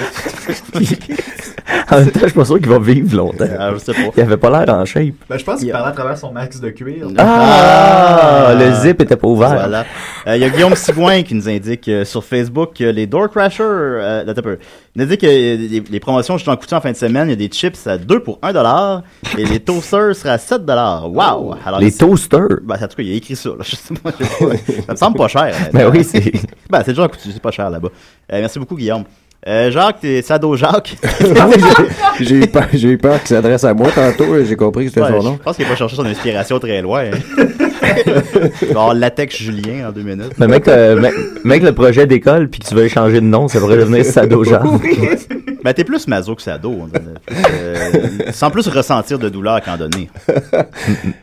En même temps, je suis pas sûr qu'il va vivre longtemps.
Ah, je sais pas.
Il avait pas l'air en shape.
Ben, je pense qu'il parlait à travers son max de cuir.
Ah, le zip était pas ouvert.
Euh, Voilà. Euh, Il y a Guillaume Sigouin qui nous indique euh, sur Facebook que les Door Crashers. euh, attends un peu. Il nous dit que euh, les, les promotions juste en coûtant en fin de semaine, il y a des chips à 2 pour 1 dollar et les toasters seraient à 7 dollars. Wow! Alors,
Oh, Les
il-
toasters.
Ben, en tout cas, il a écrit ça. Là. Je sais pas, je sais pas. ça me semble pas cher.
Ben oui, c'est-
Ben, c'est déjà un coup de- c'est pas cher là-bas. Euh, merci beaucoup, Guillaume. Euh, Jacques, t'es Sado Jacques.
J'ai eu peur, j'ai eu peur qu'il s'adresse à moi tantôt et j'ai compris que c'était
Ouais,
son nom.
Je pense qu'il n'a pas cherché son inspiration très loin. hein. Il va avoir latex Julien en deux minutes.
Mais mec, euh, mec, mec, le projet d'école, puis que tu veux changer de nom, ça pourrait devenir Sado Jean.
Ben, t'es plus maso que Sado. on dirait. Euh, sans plus ressentir de douleur qu'en donner.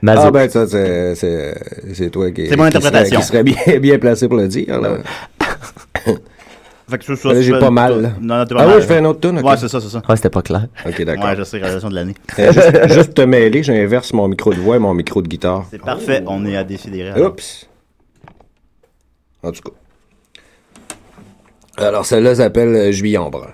Ah ben ça, c'est, c'est, c'est toi qui,
C'est mon
qui serais-
interprétation.
qui serait, bien, bien placé pour le dire. là.
Fait que c'est ça,
Là,
tu
ben, j'ai
fais
pas
une-
mal.
Non, non, t'es pas
ah
mal.
oui, je fais un autre tour.
Ouais, c'est ça, c'est ça.
Ah, c'était pas clair.
Ok, d'accord.
Ouais, je sais, réalisation de l'année.
Euh, juste, juste te mêler, j'inverse mon micro de voix et mon micro de guitare.
C'est parfait, on est à décider.
Oups. En tout cas. Alors, celle-là s'appelle euh, Juillet Ombre.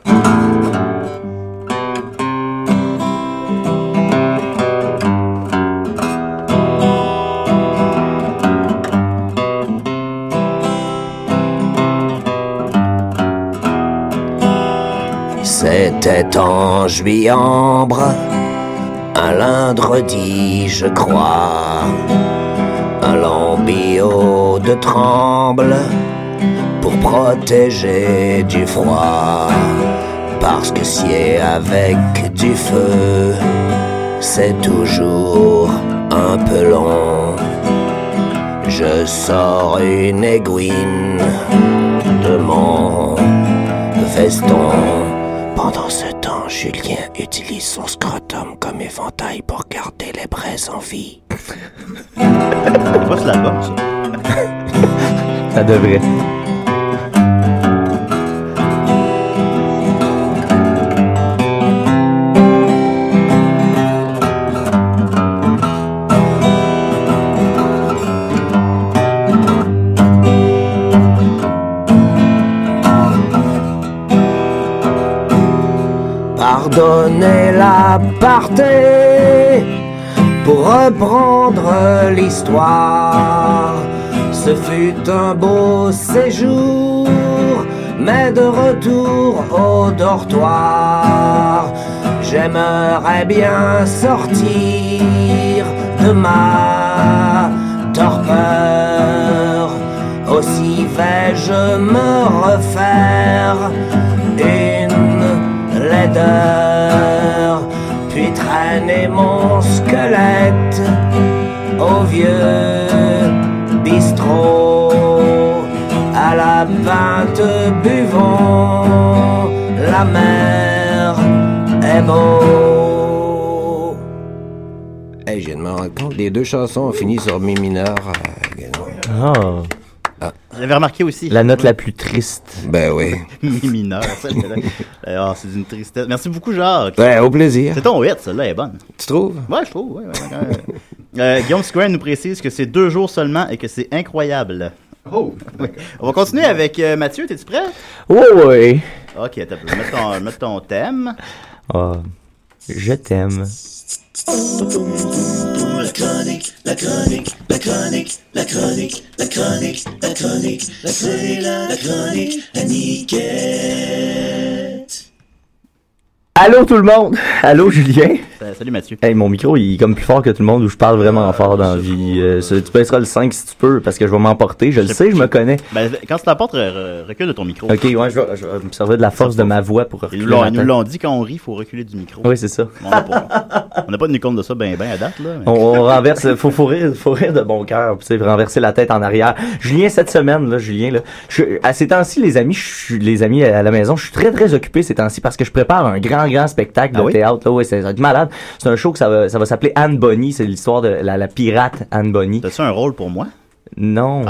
C'était en juillet un lundredi, je crois. Un lambio de tremble pour protéger du froid. Parce que scier avec du feu, c'est toujours un peu long. Je sors une aiguine de mon veston. Pendant ce temps, Julien utilise son scrotum comme éventail pour garder les braises en vie.
C'est pas sur l'album, ça.
Ça devrait.
Pardonnez la partée pour reprendre l'histoire. Ce fut un beau séjour, mais de retour au dortoir, j'aimerais bien sortir de ma torpeur. Aussi vais-je me refaire une laideur, puis traîner mon squelette au vieux bistrot. À la pinte buvons, la mer est beau.
Hey, je viens de me rendre compte, les deux chansons ont fini sur Mi mineur. euh, également.
Ah.
J'avais remarqué aussi.
La note la plus triste.
Ben oui.
Mi mineur, ça, je connais. Euh, ah, c'est d'une tristesse. Merci beaucoup, Jacques.
Ouais, au plaisir.
C'est ton hit, celle-là elle est bonne.
Tu trouves?
Ouais, je trouve. ouais, ouais, ouais, ouais. Euh, Guillaume Square nous précise que c'est deux jours seulement et que c'est incroyable.
Oh!
On va continuer avec euh, Mathieu, t'es-tu prêt?
Ouais, ouais.
Ok, attends, un peu. mets ton, mets ton thème.
Ah. Je t'aime.
La chronique, la chronique, la chronique, la chronique, la chronique, la chronique, la chronique, la chronique, la Niquette.
Allô tout le monde! Allô Julien!
Euh, Salut Mathieu.
Hey, mon micro, il est comme plus fort que tout le monde où je parle vraiment fort dans la vie. Euh, ça, tu baisseras le 5 si tu peux, parce que je vais m'emporter. Je le sais, je me connais.
Ben, quand tu l'apportes, re- re- recule de ton micro.
Ok, ouais, je vais, je vais me servir de la force de ma voix pour
Ils
reculer.
nous l'ont-
le
ils nous
matin.
l'ont dit, quand on rit, il faut reculer du micro.
Oui, c'est ça.
On n'a pas, on n'a pas tenu compte de ça ben ben à date. Là, mais-
On, on renverse, faut, faut rire, faut rire de bon cœur, tu sais, renverser la tête en arrière. Julien, cette semaine, là, Julien, là, je- à ces temps-ci, les amis, je suis- les amis à la maison, je suis très, très occupé ces temps-ci parce que je prépare un grand, grand spectacle de
Ah oui?
théâtre, là, ouais, c'est- ça va être malade. C'est un show que ça va, ça va s'appeler Anne Bonny, c'est l'histoire de la, la pirate Anne Bonny.
T'as-tu un rôle pour moi? Ah,
Non.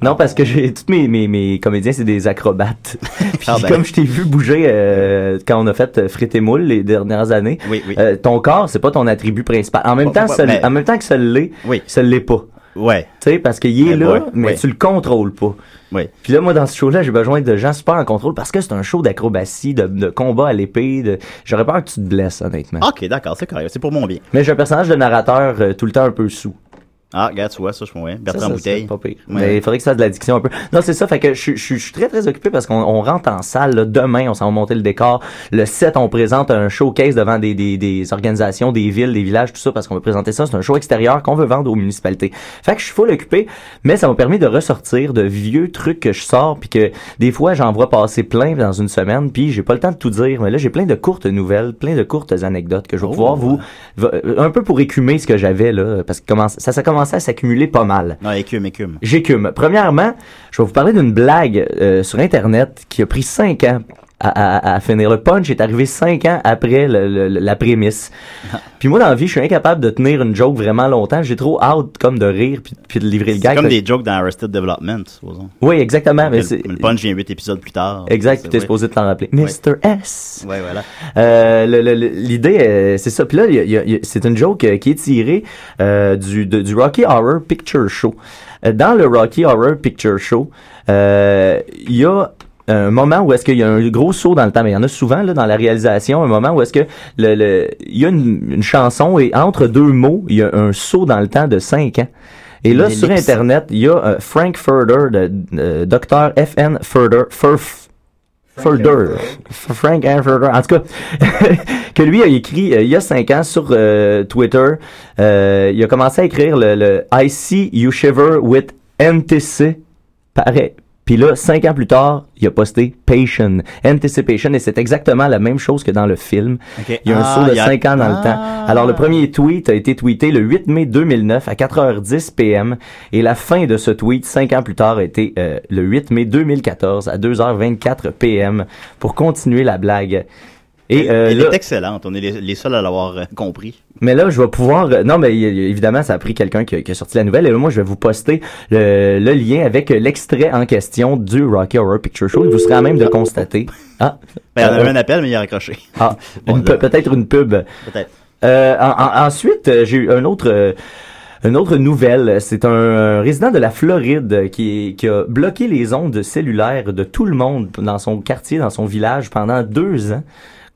Non, parce que j'ai, tous mes, mes, mes comédiens, c'est des acrobates. Puis
Ah ben.
comme je t'ai vu bouger euh, quand on a fait euh, Frites et Moules les dernières années,
Oui, oui.
euh, ton corps, c'est pas ton attribut principal. En même
Pas-
temps,
pas-
ça l-
mais-
en même temps que ça l'est, ça l'est pas.
Ouais.
Tu sais, parce qu'il est
Eh
là,
boy,
mais
oui.
tu le contrôles pas.
Oui.
Puis là, moi, dans ce show-là, j'ai besoin de gens super en contrôle parce que c'est un show d'acrobatie, de, de combat à l'épée. de- J'aurais peur que tu te blesses, honnêtement.
Ok, d'accord, c'est correct. C'est pour mon bien.
Mais j'ai un personnage de narrateur euh, tout le temps un peu sous.
Ah, regarde, tu vois, ça, je comprends. Bertrand
Ça, ça,
Bouteille.
c'est Pas pire.
Ouais.
Mais il faudrait que ça fasse de l'addiction un peu. Non, c'est ça. Fait que je, je- je suis très, très occupé parce qu'on on rentre en salle. là. demain, on s'en va monter le décor. Le 7, on présente un showcase devant des, des, des organisations, des villes, des villages, tout ça, parce qu'on veut présenter ça. C'est un show extérieur qu'on veut vendre aux municipalités. Fait que je suis full occupé, mais ça m'a permis de ressortir de vieux trucs que je sors, puis que des fois, j'en vois passer plein dans une semaine, puis j'ai pas le temps de tout dire. Mais là, j'ai plein de courtes nouvelles, plein de courtes anecdotes que je vais
Oh.
pouvoir vous... va- euh, Un peu pour écumer ce que j'avais, là, parce que commence- ça, ça commençait à s'accumuler pas mal.
Non, écume, écume.
J'écume. Premièrement, je vais vous parler d'une blague euh, sur Internet qui a pris cinq ans à, à- à finir. Le punch est arrivé cinq ans après le- le- le- la prémisse. Puis moi, dans la vie, je suis incapable de tenir une joke vraiment longtemps. J'ai trop hâte comme de rire puis, puis de livrer le
C'est
gag.
comme
Fait-
des jokes dans Arrested Development, supposons.
Oui, exactement. Mais
Le-
c'est...
le punch vient 8 épisodes plus tard.
Exact, puis t'es
ouais.
supposé de t'en rappeler.
Ouais.
Mr. S.
Ouais, voilà.
Euh, le- le- le- L'idée, euh, c'est ça. Puis là, il y a- il y a- il y a- c'est une joke euh, qui est tirée euh, du, de- du Rocky Horror Picture Show. Euh, Dans le Rocky Horror Picture Show, euh, il y a un moment où est-ce qu'il y a un gros saut dans le temps, mais il y en a souvent là, dans la réalisation, un moment où est-ce que le, le- il y a une, une chanson et entre deux mots, il y a un saut dans le temps de 5 ans. Et là,
Une
sur
ellipse.
Internet, il y a euh, Frank Furter, le euh, docteur F.N. Furter, Furf, Furter, F- Frank N. Furter, en tout cas, que lui a écrit euh, il y a cinq ans sur euh, Twitter, euh, il a commencé à écrire le, le I see you shiver with NTC, pareil. Puis là, cinq ans plus tard, il a posté Patient, Anticipation, et c'est exactement la même chose que dans le film.
Ok.
Il y a un
Ah,
saut de
il y a-
5 ans dans le temps.
Ah.
Alors, le premier tweet a été tweeté le 8 mai 2009 à 4h10 p.m. et la fin de ce tweet, 5 ans plus tard, a été euh, le 8 mai 2014 à 2h24 p.m. pour continuer la blague. Et, euh,
Elle
là-
est excellente. On est les, les seuls à l'avoir euh, compris.
mais là, je vais pouvoir. euh, Non, mais il- il- évidemment, ça a pris quelqu'un qui, a- qui a sorti la nouvelle. Et là, moi, je vais vous poster le, le lien avec l'extrait en question du Rocky Horror Picture Show. Et vous serez à même de constater. Ah,
Ben, on
Euh,
avait un appel, mais il a raccroché.
ah, une pe- peut-être une pub. Peut-être. ensuite, euh, j'ai eu un autre. euh, une autre nouvelle, c'est un euh, résident de la Floride euh, qui, qui a bloqué les ondes cellulaires de tout le monde dans son quartier, dans son village pendant deux ans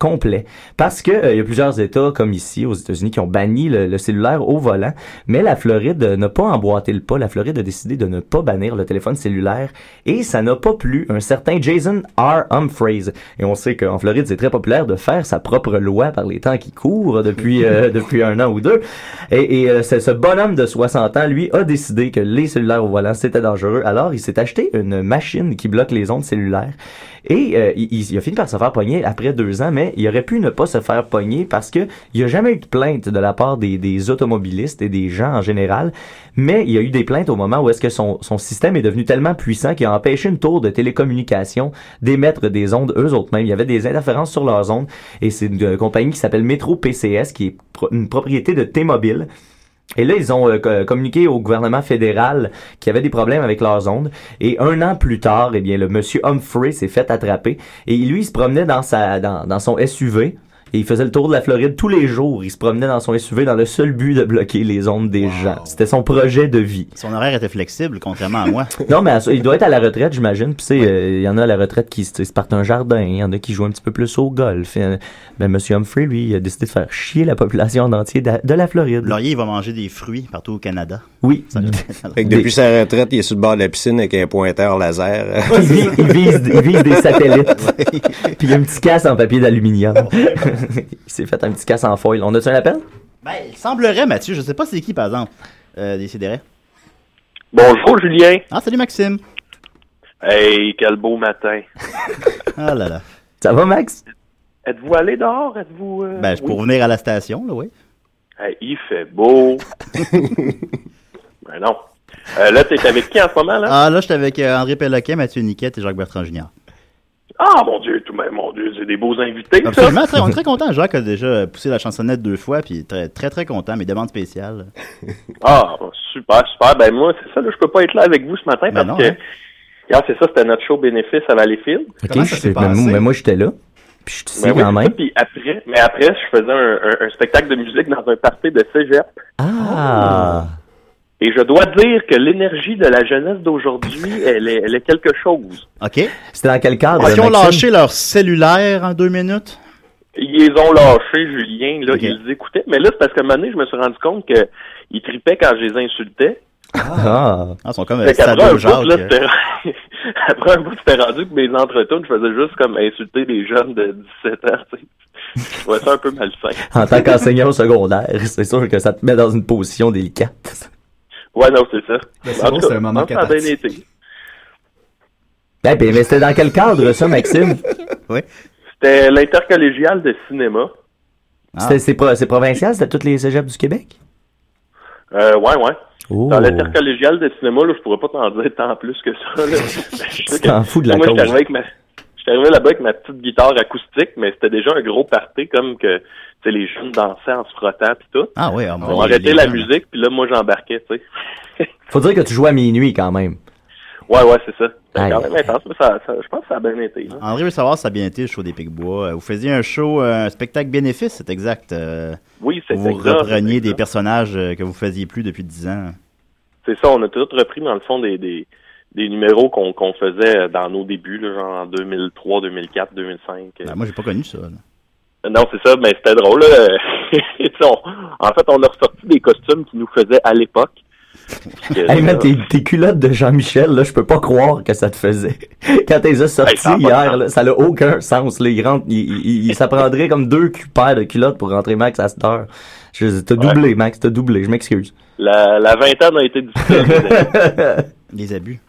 complet. Parce que euh, il y a plusieurs États, comme ici aux États-Unis, qui ont banni le, le cellulaire au volant, mais la Floride euh, n'a pas emboîté le pas. La Floride a décidé de ne pas bannir le téléphone cellulaire et ça n'a pas plu un certain Jason R. Humphreys. Et on sait qu'en Floride, c'est très populaire de faire sa propre loi par les temps qui courent depuis euh, depuis un an ou deux. Et, et, euh, c'est ce bonhomme de 60 ans, lui, a décidé que les cellulaires au volant, c'était dangereux. Alors, il s'est acheté une machine qui bloque les ondes cellulaires. Et euh, il, il- il a fini par se faire pogner après deux ans, mais il aurait pu ne pas se faire pogner parce que il n'y a jamais eu de plainte de la part des, des automobilistes et des gens en général. Mais il y a eu des plaintes au moment où est-ce que son, son système est devenu tellement puissant qu'il a empêché une tour de télécommunication d'émettre des ondes eux autres mêmes. Il y avait des interférences sur leurs ondes. Et c'est une, euh, compagnie qui s'appelle Metro PCS, qui est pro- une propriété de T-Mobile. Et là, ils ont euh, co- communiqué au gouvernement fédéral qu'il y avait des problèmes avec leurs ondes. Et un an plus tard, eh bien, le monsieur Humphrey s'est fait attraper. Et lui, il se promenait dans, sa, dans, dans son SUV. Et il faisait le tour de la Floride tous les jours. Il se promenait dans son SUV dans le seul but de bloquer les ondes des gens. C'était son projet de vie.
Son horaire était flexible, contrairement à moi.
Non, mais à ça, il doit être à la retraite, j'imagine. Puis, tu sais, euh, il y en a à la retraite qui se se partent un jardin. Il y en a qui jouent un petit peu plus au golf. Mais ben, Monsieur Humphrey, lui, il a décidé de faire chier la population en entier de, de la Floride.
Laurier, il va manger des fruits partout au Canada.
Oui.
Fait que depuis sa retraite, il est sur le bord de la piscine avec un pointeur laser.
Oh.
il, vise, il vise des satellites. Puis il y a un petit casse en papier d'aluminium. Il s'est fait un petit casse en foil. On a-tu un appel?
Ben, il semblerait, Mathieu, je sais pas c'est qui, par exemple, euh, Décideret.
Bonjour, Julien.
Ah, salut, Maxime.
Hey, quel beau matin.
Ah là là.
Ça va, Max?
Êtes-vous allé dehors? Êtes-vous. euh,
Ben, je
oui?
pour venir à la station, là, oui.
Hey, il fait beau. ben non. Euh, là, t'es avec qui en ce moment, là?
Ah, là, j'étais avec euh, André Péloquin, Mathieu Niquette et Jacques-Bertrand Junior.
Ah, mon Dieu, tout de même, mon Dieu, c'est des beaux invités, ça.
Absolument, très, on est très content. Jacques a déjà poussé la chansonnette deux fois, puis très, très, très content. Mes demandes spéciales.
Ah, super, super. Ben moi, c'est ça, là, je peux pas être là avec vous ce matin parce
non,
que.
hein.
hier, c'est ça, c'était notre show bénéfice à Valleyfield.
Ok, je sais- mais, moi- mais moi, j'étais là. Puis je suis ici
Ben oui,
quand
c'est
même.
ça. Puis après, mais après, je faisais un, un- un spectacle de musique dans un party de cégep.
Ah!
Et je dois dire que l'énergie de la jeunesse d'aujourd'hui, elle est, elle est quelque chose.
OK.
C'était dans quel cadre?
Ils ont
Maxime?
lâché leur cellulaire en deux minutes.
Ils les ont lâchés, Julien, là, ils les écoutaient. Mais là, c'est parce qu'à un moment donné, je me suis rendu compte qu'ils tripaient quand je les insultais.
Ah!
Ils sont comme
Fait qu'après un
Sado
bout,
Jacques. euh,
là, c'était- après un bout, c'était rendu que mes entretunes, je faisais juste comme insulter les jeunes de 17 ans, tu sais. Je trouvais ça un peu malsain.
En tant qu'enseignant au secondaire, c'est sûr que ça te met dans une position délicate.
Ouais, non, c'est ça.
Ben, c'est
En
bon,
tout cas,
c'est un moment
ça a bien
cathartique.
été.
Ben, ben, mais c'était dans quel cadre, ça, Maxime?
oui.
C'était l'intercollégial de cinéma. Ah.
C'est pro- c'est provincial? C'était toutes les cégeps du Québec?
Euh, ouais, ouais.
Oh.
Dans l'intercollégial de cinéma, là, je pourrais pas t'en dire tant plus que ça. Là. Je sais que-
t'en fous de la
Moi, j'étais
cause.
arrivé avec ma- j'étais arrivé là-bas avec ma petite guitare acoustique, mais c'était déjà un gros party, comme que tu sais, les jeunes dansaient en se frottant puis tout.
Ah oui, ah,
Ils
mon
ont
Dieu,
arrêté
les
la
jeunes.
musique, puis là, moi, j'embarquais, tu sais.
Faut dire que tu joues à minuit quand même.
Ouais, ouais, c'est ça.
Aïe.
C'était quand même intense, mais ça, ça- je pense que ça a bien été.
Ah.
là.
André veut savoir si ça a bien été le show des Picbois. Vous faisiez un show, euh, un spectacle bénéfice, c'est exact. euh,
Oui, c'est
Vous
exact,
repreniez des personnages euh, que vous faisiez plus depuis 10 ans.
C'est ça, on a tout repris, dans le fond, des, des, des numéros qu'on qu'on faisait dans nos débuts, là, genre en 2003, 2004, 2005.
Ben,
Ah, moi, j'ai pas connu ça. là.
Non, c'est ça, mais c'était drôle. là. Tu sais, on- en fait, on a ressorti des costumes qui nous faisaient à l'époque. Puis que,
Hey,
là,
man, tes, tes culottes de Jean-Michel, là, je peux pas croire que ça te faisait. Quand t'es as sorti
Hey, ça a pas de
hier,
sens.
là, ça n'a aucun sens. Là, il rentre, il, il- il- ça prendrait comme deux cu- paires de culottes pour rentrer Max à cette heure. Je- T'as doublé, Max, t'as doublé, je m'excuse.
la, la vingtaine a été difficile.
Des abus.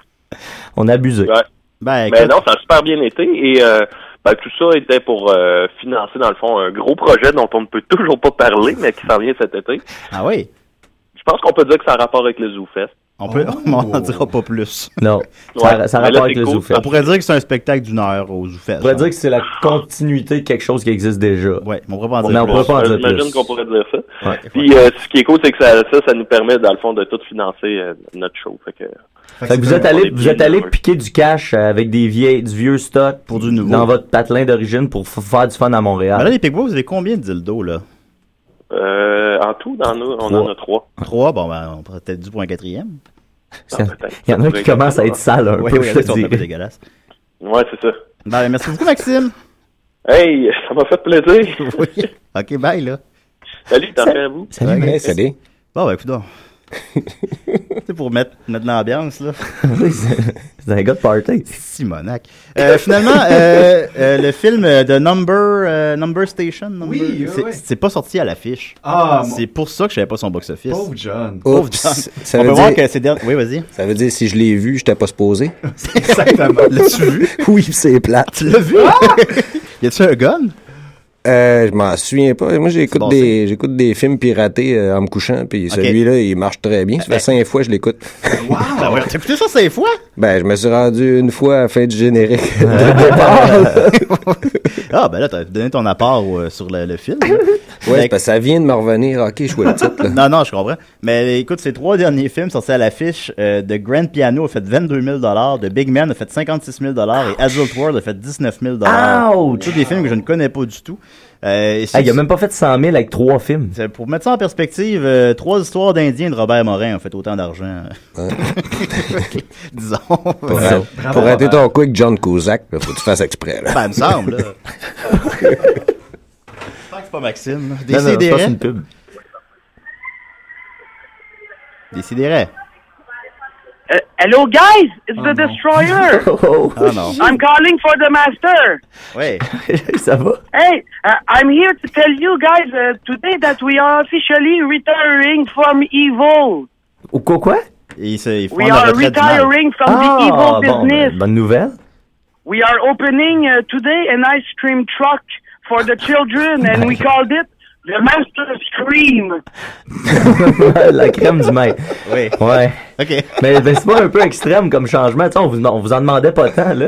On a abusé.
Ouais.
Ben,
mais non, ça a super bien été. Et euh, ben, tout ça était pour euh, financer, dans le fond, un gros projet dont on ne peut toujours pas parler, mais qui s'en vient cet été.
Ah oui?
Je pense qu'on peut dire que ça a rapport avec le Zoo Fest.
On peut, on n'en dira pas plus.
Non. Ça a- ça a Ouais, rapport mais là, avec c'est le cool, Zoufest. ça.
On pourrait dire que c'est un spectacle d'une heure au Zoufest.
On pourrait dire que c'est la continuité de quelque chose qui existe déjà.
Ouais, mais on pourrait pas en
Mais
dire
on
plus.
pourrait pas en dire
Euh, J'imagine
plus.
qu'on pourrait dire ça.
Ouais.
Puis euh, ce qui est cool, c'est que ça, ça, ça nous permet, dans le fond, de tout financer euh, notre show. Fait que,
Fait que vous êtes allé, vous êtes allé piquer du cash euh, avec des vieilles, du vieux stock pour du nouveau. dans votre patelin d'origine pour f- faire du fun à Montréal.
Mais là, les Picbois, vous avez combien de dildos, là?
Euh, en tout, dans nous, on en a trois.
Trois? Bon, ben, on pourrait peut-être du pour un quatrième.
Ah,
Il y en a un qui commence à être sale un
Ouais,
peu,
ouais,
je
il y en a qui
te
sont un peu
dirais.
dégueulasses.
Ouais, c'est ça.
Ben, merci beaucoup, Maxime.
Hey, ça m'a fait plaisir.
oui. OK, bye, là.
Salut, t'en fais à vous.
Ouais,
Max.
Bon, ben, écoute donc. c'est pour mettre, mettre l'ambiance, là.
c'est un gars de party.
Simonac. Euh, finalement, euh, euh, le film euh, de Number, euh, Number Station, Number-
Oui, oui,
c'est
oui.
c'est pas sorti à l'affiche.
Ah, mon-
c'est pour ça que je savais pas son box-office.
Pauvre John.
Pauvre
Oups,
John.
ça
On
veut
peut voir
dire-
que c'est dernier. Oui, vas-y.
Ça veut dire si je l'ai vu, je t'ai pas supposé.
Exactement.
L'as-tu vu?
Oui, c'est plate.
Tu l'as vu? y a-tu un gun?
Euh, je m'en souviens pas. Moi, j'écoute des, j'écoute des films piratés euh, en me couchant, puis celui-là, il marche très bien.
Ben.
Ça fait cinq fois que je l'écoute.
Ah ouais, t'as écouté ça cinq fois?
Ben, je me suis rendu une fois à la fin du générique. de départ.
Ah, ben là, t'as donné ton apport euh, sur le, le film. hein.
ouais,
Mais-
c'est parce que ça vient de me revenir. Ok, je vois le titre. là.
non, non, je comprends. Mais écoute, ces trois derniers films sortis à l'affiche, euh, The Grand Piano a fait 22 000 The Big Man a fait 56 000 et Adult World a fait 19 000 Tous des films que je ne connais pas du tout. Euh, et c'est-
Hey, il a même pas fait 100 000 avec trois films.
c'est- Pour mettre ça en perspective, euh, trois histoires d'Indiens de Robert Morin ont fait autant d'argent. Disons.
Pour, pour rater ton coup avec John Cusack, là, faut que tu fasses exprès. Là.
Ben, il me semble. là. Je pense que c'est pas Maxime. là.
Non, non, c'est pas
Décidérez.
une pub.
Décidérez.
Uh, hello, guys. It's the Destroyer.
Oh non.
I'm calling for the Master.
Oui.
Ça va?
Hey, uh, I'm here to tell you guys uh, today that we are officially retiring from evil.
Ou quoi, quoi? Ah,
Ils, se- ils font
We
la
are
retraite du mal.
retiring from the evil
bon,
business.
ben, bonne nouvelle.
We are opening uh, today an ice cream truck for the children, and we called it the Master Scream.
la crème du mail.
Oui.
Ouais.
OK.
Mais ben, c'est pas un peu extrême comme changement. Tu sais, on vous, on vous en demandait pas tant, là.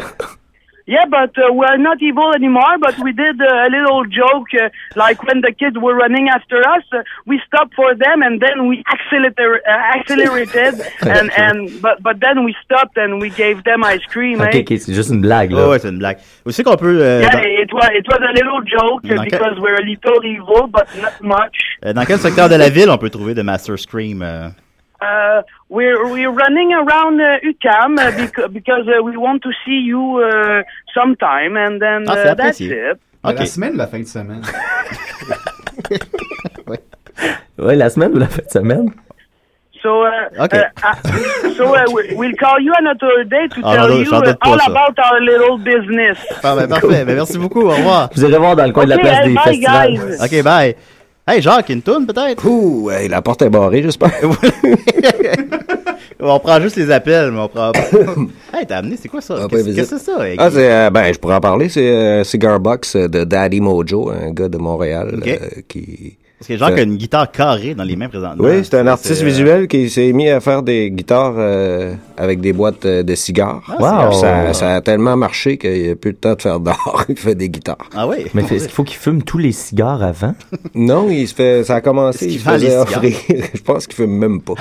Yeah, but uh, we're not evil anymore, but we did uh, a little joke, uh, like when the kids were running after us, uh, we stopped for them, and then we accelerated, uh, accelerated and, and but, but then we stopped and we gave them ice cream, eh?
c'est juste une blague,
là. ouais, c'est une blague. Vous savez qu'on peut. euh,
Yeah,
dans-
it was, it was a little joke uh,
Okay.
because we're a little evil, but not much.
Euh, Dans quel secteur de la ville on peut trouver de Master Scream? euh?
Uh, we're we're running around uh, UCAM uh, bec- because uh, we want to see you uh, sometime, and then
Ah, c'est
uh, that's
apprécié.
it.
La semaine ou la fin de semaine?
Ouais, la semaine ou la fin de semaine?
So, uh,
Okay.
uh, uh, so uh, we- we'll call you another day to
Ah,
tell
j'en doute-
you
j'en
uh,
doute pas,
all
ça.
about our little business.
Ah, ben, parfait. Ben, merci beaucoup. Au revoir.
Vous irez voir dans le coin
de la
Ok,
place
place des
des
bye,
festivals.
festivals. guys.
OK, bye. Hey, Jacques, une toune peut-être?
Ouh, hey, la porte est barrée, j'espère.
on prend juste les appels, mais on prend pas. hey, t'as amené, c'est quoi ça? Qu'est-ce qu'est-ce que c'est ça? Hey,
Ah, c'est, euh, ben, je pourrais en parler. C'est euh, Cigar Box euh, de Daddy Mojo, un gars de Montréal
Ok.
euh, qui.
Parce que Jacques a une guitare carrée dans les mains présentement.
Oui, c'est un artiste
euh,
visuel qui s'est mis à faire des guitares euh, avec des boîtes euh, de cigares.
Ah,
Wow.
Puis Ça, ça a tellement marché qu'il a plus le temps de faire d'or. Il fait des guitares.
Ah oui?
Mais est-ce qu'il faut qu'il fume tous les cigares avant?
Non, il se fait, ça a commencé,
Est-ce
il
qu'il
se
vend les
faisait
cigares?
offrir. je pense qu'il fait même pas.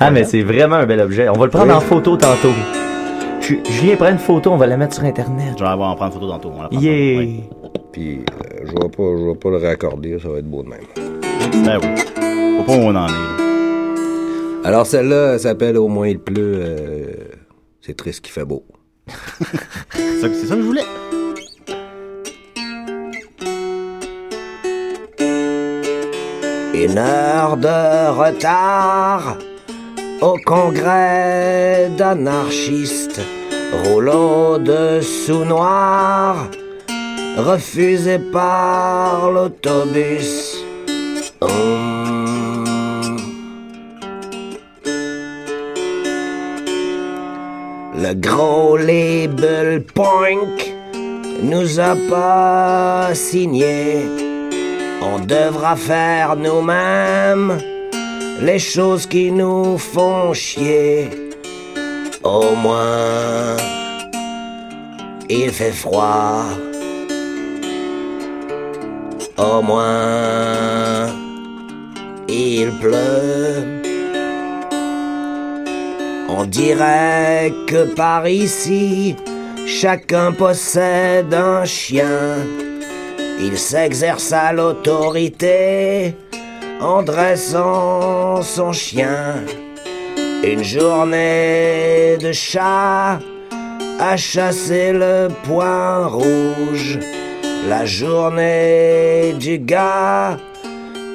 ah, mais c'est vraiment un bel objet. On va le prendre
Oui.
en photo tantôt. Je, je viens prendre une photo, on va la mettre sur Internet.
Je vais avoir en prendre photo tantôt. on la prend.
Yeah!
Puis, euh, je vois pas, je vois pas le raccorder, ça va être beau de même.
Ben oui. Faut pas où on en est. là.
Alors, celle-là elle s'appelle Au moins il pleut. euh, c'est triste qu'il fait beau.
C'est ça que- c'est ça que je voulais.
Une heure de retard au congrès d'anarchistes, rouleau de sous noir, refusé par l'autobus. Hum. Le gros label punk nous a pas signé. On devra faire nous-mêmes les choses qui nous font chier. Au moins, il fait froid. Au moins, il pleut. On dirait que par ici, chacun possède un chien. Il s'exerce à l'autorité en dressant son chien. Une journée de chat a chassé le point rouge. La journée du gars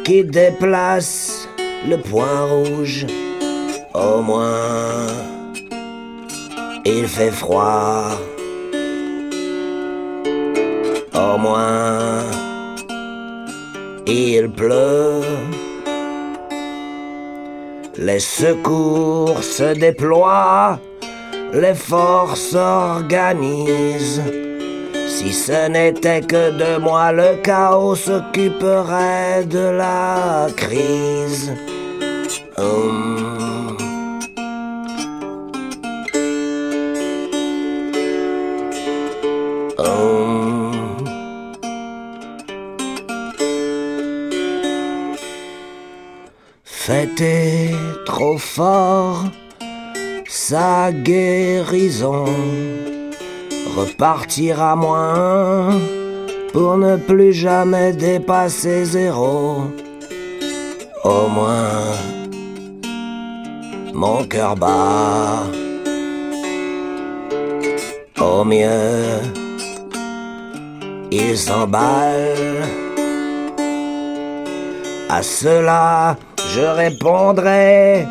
qui déplace le point rouge. Au moins, il fait froid. Au moins, il pleut. Les secours se déploient, les forces s'organisent. Si ce n'était que de moi, le chaos s'occuperait de la crise. Hum. Hum.
Um.
Fêter trop fort sa guérison. Repartir à moins pour ne plus jamais dépasser zéro. Au moins, mon cœur bat. Au mieux, il s'emballe. À cela, je répondrai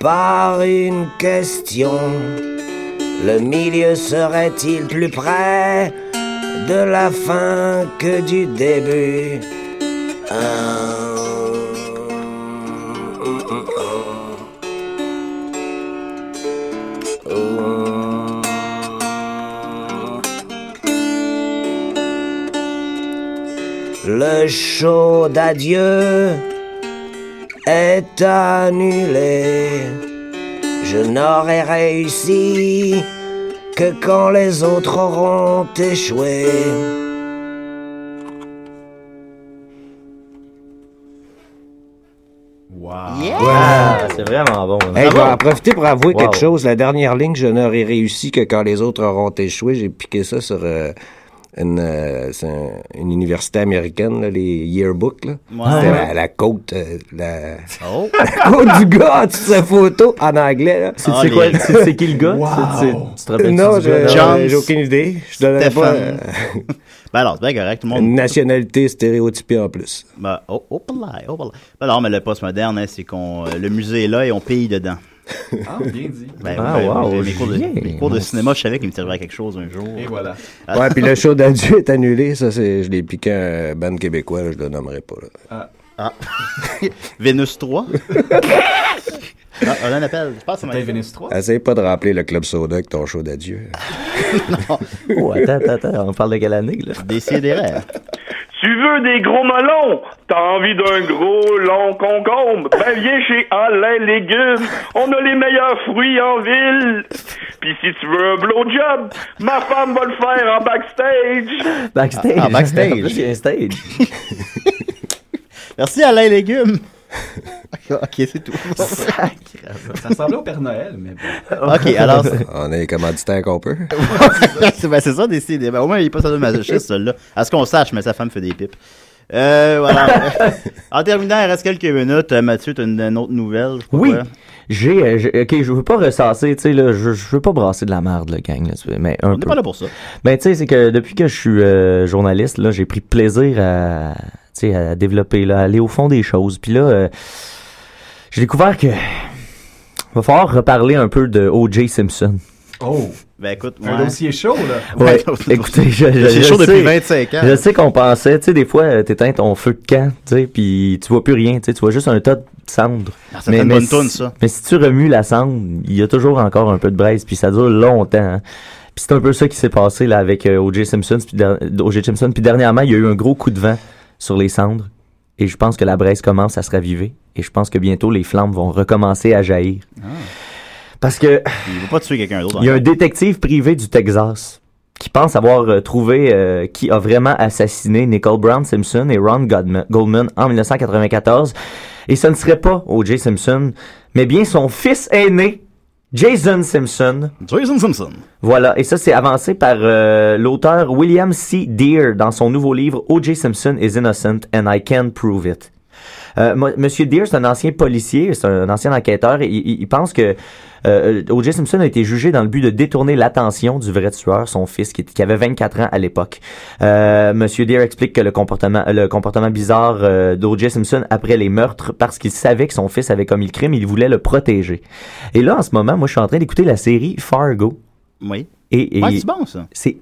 par une question. Le milieu serait-il plus près de la fin que du début Ah. Le show d'adieu est annulé. Je n'aurai réussi que quand les autres auront échoué.
Ouais, Ah, c'est vraiment bon.
Ah. Hey, je vais en
Bravo.
profiter pour avouer
Wow.
quelque chose. La dernière ligne, je n'aurais réussi que quand les autres auront échoué. J'ai piqué ça sur euh, une, euh, c'est un- une université américaine, là, les yearbooks. là.
Ouais.
C'était la, la côte, euh, la...
Oh.
la côte Oh, du gars, tu sais, photo en anglais. là.
C'est- c'est Ah, quoi- les- c'est- c'est qui le gars? C'est- c'est- tu te rappelles-tu
Non,
du gars?
je-
John
j'ai j'ai aucune idée. Je donnerais
Stephen.
pas... euh,
Ben alors, c'est bien correct, tout le monde.
Une nationalité stéréotypée en plus.
Ben, oh, oh, là, oh, là. Ben non, mais le postmoderne, hein, c'est qu'on euh, le musée est là et on paye dedans.
Ah, bien dit.
Ben,
Ah,
ben,
wow,
mes, mes cours de,
bien.
mes cours de cinéma, je savais qu'il me servirait à quelque chose un jour. Ah. Et
voilà.
Ah.
Ouais, puis le show d'adieu est annulé. Ça, c'est, je l'ai piqué à un band québécois. là, je le nommerai pas. là.
Ah. Vénus 3. ah, on a un appel. Je pense que c'est
Vénus 3.
Essaye pas de rappeler le club soda avec ton show d'adieu.
Oh, attends, attends, attends, on parle de quelle année, là?
Décidérez.
Tu veux des gros melons? T'as envie d'un gros long concombre? Ben viens chez Alain Légumes. On a les meilleurs fruits en ville. Puis si tu veux un blowjob, ma femme va le faire en backstage.
Backstage.
Ah, ah, backstage.
En plus, il y a un stage.
Merci Alain Légumes. ok, c'est tout.
Ça semblait au Père Noël, mais bon.
Ok, alors. c'est-
On est commanditaire qu'on peut.
c'est ben, c'est ça, décidé. Ben, au moins, il n'est pas sadomasochiste, celui-là. À ce qu'on sache, mais sa femme fait des pipes. Euh, voilà. en terminant, il reste quelques minutes. Euh, Mathieu, tu as une, une autre nouvelle. je sais pas
Oui.
quoi.
J'ai, euh, j'ai- ok, je veux pas ressasser, tu sais, là, je, je veux pas brasser de la merde, le gang, là, tu sais, mais un
On n'est
peu.
pas là pour ça.
Ben, tu sais, c'est que depuis que je suis euh, journaliste, là, j'ai pris plaisir à, tu sais, à développer, là, à aller au fond des choses. Puis là, euh, j'ai découvert que va falloir reparler un peu de O.J. Simpson.
Oh!
Ben écoute,
Un
ouais.
dossier chaud, là.
Ouais, écoutez, je, je,
C'est
je
chaud depuis
sais.
25 ans.
Je sais qu'on pensait, tu sais, des fois, euh, t'éteins ton feu de camp, tu sais, puis tu vois plus rien, tu sais, tu vois juste un tas de cendres.
Ah, ça fait une bonne
si-
toune, ça.
mais si tu remues la cendre, il y a toujours encore un peu de braise, puis ça dure longtemps. hein. Puis c'est un peu ça qui s'est passé là avec euh, O.J. Simpson, puis der- O.J. Simpson, puis dernièrement, il y a eu un gros coup de vent sur les cendres, et je pense que la braise commence à se raviver, et je pense que bientôt les flammes vont recommencer à jaillir. Parce que
Il ne va pas tuer Ah. quelqu'un d'autre.
il y a un détective privé du Texas qui pense avoir euh, trouvé euh, qui a vraiment assassiné Nicole Brown Simpson et Ron Godman- Goldman en 1994. Et ce ne serait pas O.J. Simpson, mais bien son fils aîné, Jason Simpson.
Jason Simpson.
Voilà, et ça c'est avancé par euh, l'auteur William C. Deere dans son nouveau livre O.J. Simpson is innocent and I can prove it. Euh, mo- Monsieur Deere, c'est un ancien policier, c'est un ancien enquêteur. et Il, il- il pense que euh, O.J. Simpson a été jugé dans le but de détourner l'attention du vrai tueur, son fils, qui, était- qui avait 24 ans à l'époque. Euh, Monsieur Deere explique que le comportement, le comportement bizarre euh, d'O.J. Simpson après les meurtres, parce qu'il savait que son fils avait commis le crime, il voulait le protéger. Et là, en ce moment, moi, je suis en train d'écouter la série Fargo.
Oui.
Et, et-
Ouais, c'est bon, ça.
C'est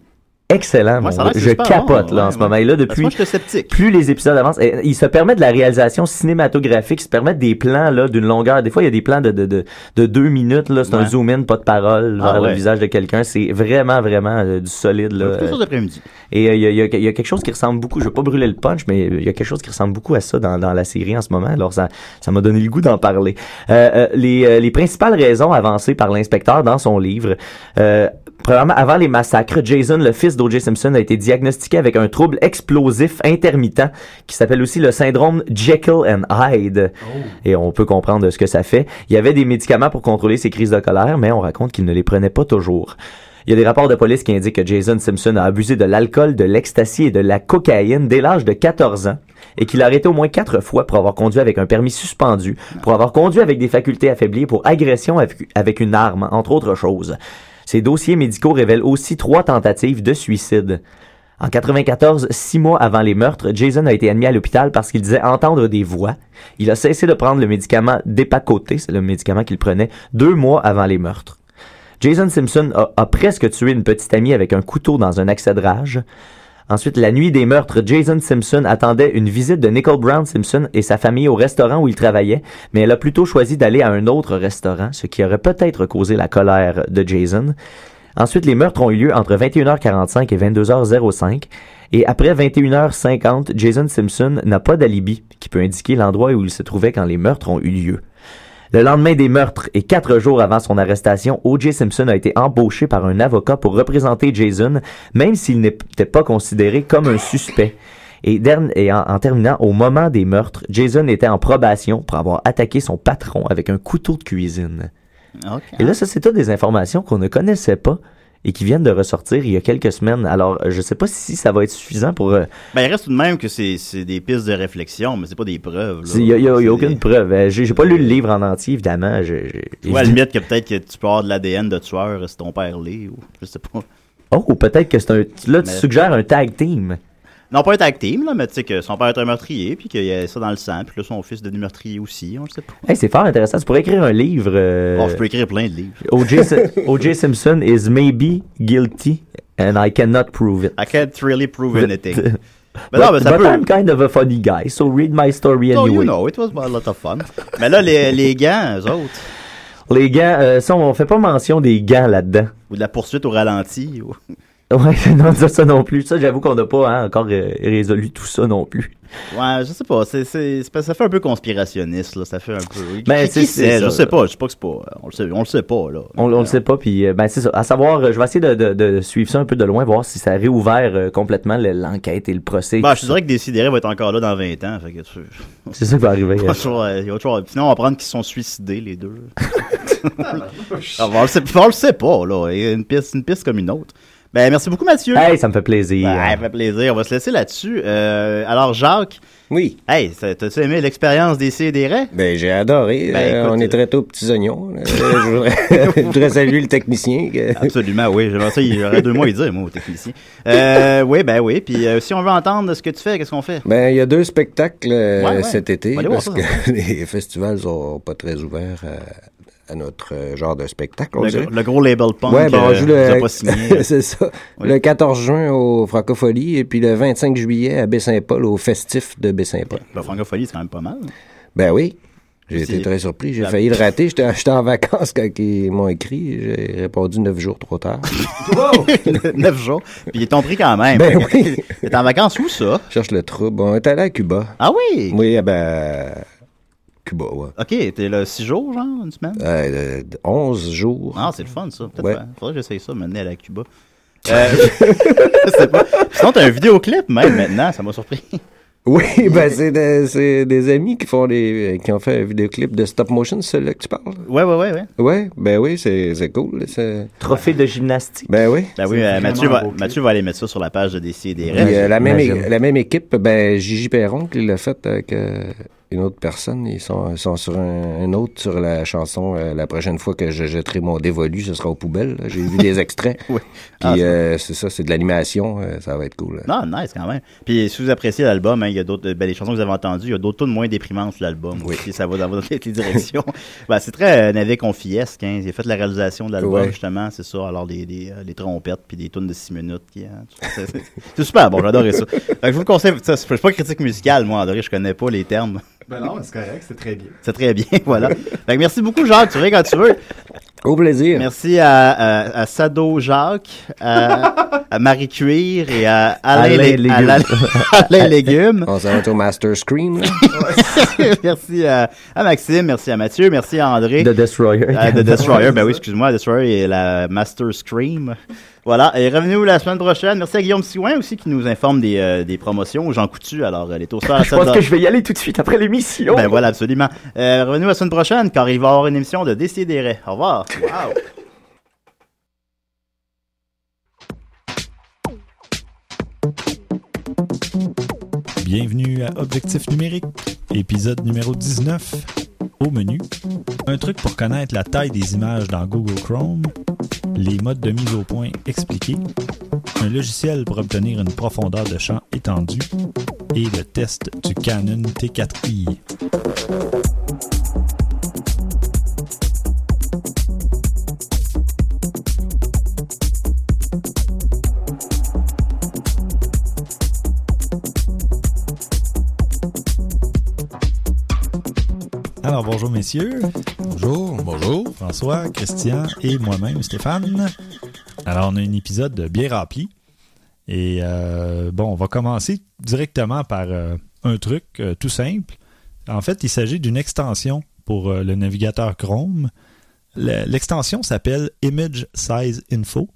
excellent.
Ouais, ça a l'air
mon gars.
que
je
c'est super
capote
bon,
là en
ouais,
ce
ouais.
moment. Et là,
Parce que
depuis
moi, j'étais sceptique.
plus les épisodes avancent, et- ils se permettent de la réalisation cinématographique, ils se permettent des plans là d'une longueur. Des fois, il y a des plans de de, de, de deux minutes là. C'est un
Ouais.
zoom in, pas de parole
Ah
vers
ouais.
le visage de quelqu'un. C'est vraiment vraiment euh, du solide là.
Quelque chose
Euh,
d'après-midi.
et euh, il y, a- il y a- il y a quelque chose qui ressemble beaucoup, je vais pas brûler le punch, mais il y a quelque chose qui ressemble beaucoup à ça dans, dans la série en ce moment. Alors ça ça m'a donné le goût d'en parler. Euh, euh, les, euh, les principales raisons avancées par l'inspecteur dans son livre, euh, premièrement, avant les massacres, Jason, le fils d'O.J. Simpson, a été diagnostiqué avec un trouble explosif intermittent qui s'appelle aussi le syndrome Jekyll and Hyde. Et on peut comprendre ce que ça fait. Il y avait des médicaments pour contrôler ses crises de colère, mais on raconte qu'il ne les prenait pas toujours. Il y a des rapports de police qui indiquent que Jason Simpson a abusé de l'alcool, de l'ecstasy et de la cocaïne dès l'âge de 14 ans et qu'il a arrêté au moins quatre fois pour avoir conduit avec un permis suspendu, pour avoir conduit avec des facultés affaiblies, pour agression avec, avec une arme, entre autres choses. Ces dossiers médicaux révèlent aussi trois tentatives de suicide. En 94, six mois avant les meurtres, Jason a été admis à l'hôpital parce qu'il disait entendre des voix. Il a cessé de prendre le médicament Dépacoté, c'est le médicament qu'il prenait, deux mois avant les meurtres. Jason Simpson a, a presque tué une petite amie avec un couteau dans un accès de rage. Ensuite, la nuit des meurtres, Jason Simpson attendait une visite de Nicole Brown Simpson et sa famille au restaurant où il travaillait, mais elle a plutôt choisi d'aller à un autre restaurant, ce qui aurait peut-être causé la colère de Jason. Ensuite, les meurtres ont eu lieu entre 21h45 et 22h05. Et après 21h50, Jason Simpson n'a pas d'alibi qui peut indiquer l'endroit où il se trouvait quand les meurtres ont eu lieu. Le lendemain des meurtres et quatre jours avant son arrestation, O.J. Simpson a été embauché par un avocat pour représenter Jason, même s'il n'était pas considéré comme un suspect. Et, dern- et en, en terminant, au moment des meurtres, Jason était en probation pour avoir attaqué son patron avec un couteau de cuisine.
Ah,
Et là, ça, c'est toutes des informations qu'on ne connaissait pas et qui viennent de ressortir il y a quelques semaines. Alors, euh, je sais pas si ça va être suffisant pour... euh,
Ben, il reste tout de même que c'est c'est des pistes de réflexion, mais c'est pas des preuves. là.
Il n'y a, y a- y a aucune
C'est-
preuve. Euh, J'ai j'ai pas lu le livre en entier, évidemment. J'ai- j'ai-
Ou à la limite que peut-être que tu peux avoir de l'ADN de tueur euh, si ton père l'est, ou je sais pas.
Oh, peut-être que c'est un... Là, tu
Mais-
suggères un tag team.
Non, pas un tag team, là, mais tu sais que son père est un meurtrier, puis qu'il y a ça dans le sang, puis là, son fils est devenu meurtrier aussi, on le sait pas.
Hey, c'est fort intéressant. Tu pourrais écrire un livre. euh,
Bon, Oh, je peux écrire plein de livres.
O.J. Si- O.J. Simpson is maybe guilty and I cannot prove it.
I can't really prove anything.
But,
Ben non, mais ça
but
peut-
I'm kind of a funny guy, so read my story
So you
anyway.
know, it was a lot of fun. mais là, les, les gants, eux autres,
Les gants, euh, ça, on fait pas mention des gants là-dedans.
ou de la poursuite au ralenti, ou-
Ouais, non, ça, ça non plus. Ça, j'avoue qu'on n'a pas hein, encore euh, résolu tout ça non plus.
Ouais, je sais pas, c'est, c'est- c'est parce que ça fait un peu conspirationniste, là, ça fait un peu...
Ben,
Qui-
c'est-
qui
c'est
sait,
ça.
je sais pas, je sais pas que c'est pas... On le sait, on le sait pas, là.
On, on le sait pas, puis euh, ben c'est ça. À savoir, euh, je vais essayer de, de- de suivre ça un peu de loin, voir si ça a réouvert euh, complètement le- l'enquête et le procès.
Ben, je te dirais que Décidéré va être encore là dans 20 ans, fait que tu...
C'est ça qui va arriver.
Il y
euh.
a toujours- il y a toujours- Sinon, on va prendre qu'ils se sont suicidés, les deux. Ah, on, le sait, on le sait pas, là. Il y a Une piste, une piste comme une autre. Ben, merci beaucoup, Mathieu.
Hey, ça me fait plaisir.
Ben, ça fait plaisir. On va se laisser là-dessus. Euh, alors, Jacques.
Oui.
Hey, ça- t'as-tu aimé l'expérience des CDR?
Ben, j'ai adoré.
Ben,
Euh,
écoute,
on est très tôt aux petits oignons. Euh, je, voudrais, je voudrais saluer le technicien. que-
Absolument, oui. J'aimerais ça, il y aurait deux mois à y dire, moi, au technicien. Euh, oui, ben oui. Puis, euh, si on veut entendre ce que tu fais, qu'est-ce qu'on fait?
Ben, il y a deux spectacles euh,
Ouais, ouais.
cet été
On va aller voir
parce
ça.
que les festivals sont pas très ouverts euh, à, à notre euh, genre de spectacle. on
Le,
dirait.
gros- le gros label punk.
ouais, ben, on
euh,
joue
nous a
le,
pas signé. euh.
c'est ça. le 14 juin au Francophonie et puis le 25 juillet à Baie-Saint-Paul au festif de Baie-Saint-Paul.
La francophonie, c'est quand même pas mal.
Ben oui. J'ai
C'est-
été très surpris. J'ai
La-
failli le rater. J'étais j'étais en vacances quand ils m'ont écrit. J'ai répondu neuf jours trop tard.
Neuf jours. Puis, ils t'ont pris quand même.
Ben oui.
T'es en vacances où, ça?
Je cherche le trouble. On est allé à Cuba.
Ah oui?
Oui, ben... Cuba, ouais.
OK, t'es là six jours, genre, une semaine?
Euh, euh, 11 jours.
Ah, c'est le fun, ça. Peut-être
Ouais.
fa- faudrait que j'essaye ça, mener à la Cuba. Euh, je sais pas. Sinon, t'as un vidéoclip même maintenant, ça m'a surpris.
Oui, ben c'est de- c'est des amis qui font des qui ont fait un vidéoclip de stop motion, c'est celui-là que tu parles.
Ouais, ouais, ouais, ouais.
Ouais, ben oui, c'est c'est cool. c'est-
Trophée de gymnastique.
Ben oui.
Ben oui, euh, Mathieu va, Mathieu va aller mettre ça sur la page de DC et des
Puis, euh, la, même, é- la même équipe, ben Gigi Perron qui l'a fait avec euh, une autre personne. Ils sont, ils sont sur un, un autre sur la chanson. euh, la prochaine fois que je jetterai mon dévolu, ce sera aux poubelles. là. J'ai vu des extraits.
Oui.
Puis euh, c'est ça, c'est de l'animation. euh, ça va être cool. là.
Non, Ah, nice quand même. Puis si vous appréciez l'album, hein, il y a d'autres, ben, les chansons que vous avez entendues, il y a d'autres tunes moins déprimantes sur l'album. Oui. ça va dans toutes les directions. ben, c'est très euh, navet confiesque. Hein. J'ai fait la réalisation de l'album,
Ouais.
justement, c'est ça. Alors, des, des, euh, des trompettes puis des tunes de 6 minutes. qui, hein, tout ça, c'est- c'est- c'est super bon, j'adorais ça. Fait que je vous le conseille. ça, Je suis pas critique musicale, moi, André, je connais pas les termes.
Ben non, c'est correct, c'est très bien.
C'est très bien, voilà. Fait que merci beaucoup, Jacques. Tu reviens quand tu veux.
Au plaisir.
Merci à, à- à Sado Jacques, à, à Marie Cuir et à Alain,
Alain
Lé-
Légume.
Alain- Alain Légumes.
On s'en va au Master Screen. là.
merci à, à Maxime, merci à Mathieu, merci à André.
The Destroyer.
À The Destroyer, ben oui, excuse-moi, Destroyer et la Master Scream. Voilà, et revenez-nous la semaine prochaine. Merci à Guillaume Siouin aussi qui nous informe des, euh, des promotions. Jean Coutu, alors euh, les toasters à
Je pense
7
que je vais y aller tout de suite après l'émission.
Ben voilà, absolument. Euh, revenez-nous la semaine prochaine car il va y avoir une émission de Décidéré. Au revoir. Wow.
Bienvenue à Objectif numérique, épisode numéro 19. Au menu, un truc pour connaître la taille des images dans Google Chrome, les modes de mise au point expliqués, un logiciel pour obtenir une profondeur de champ étendue et le test du Canon T4i.
Um.
Alors bonjour messieurs. Bonjour, bonjour. François, Christian et moi-même Stéphane. Alors on a un épisode bien rempli. Et euh, bon, on va commencer directement par euh, un truc euh, tout simple. En fait, il s'agit d'une extension pour euh, le navigateur Chrome. Le- L'extension s'appelle Image Size Info.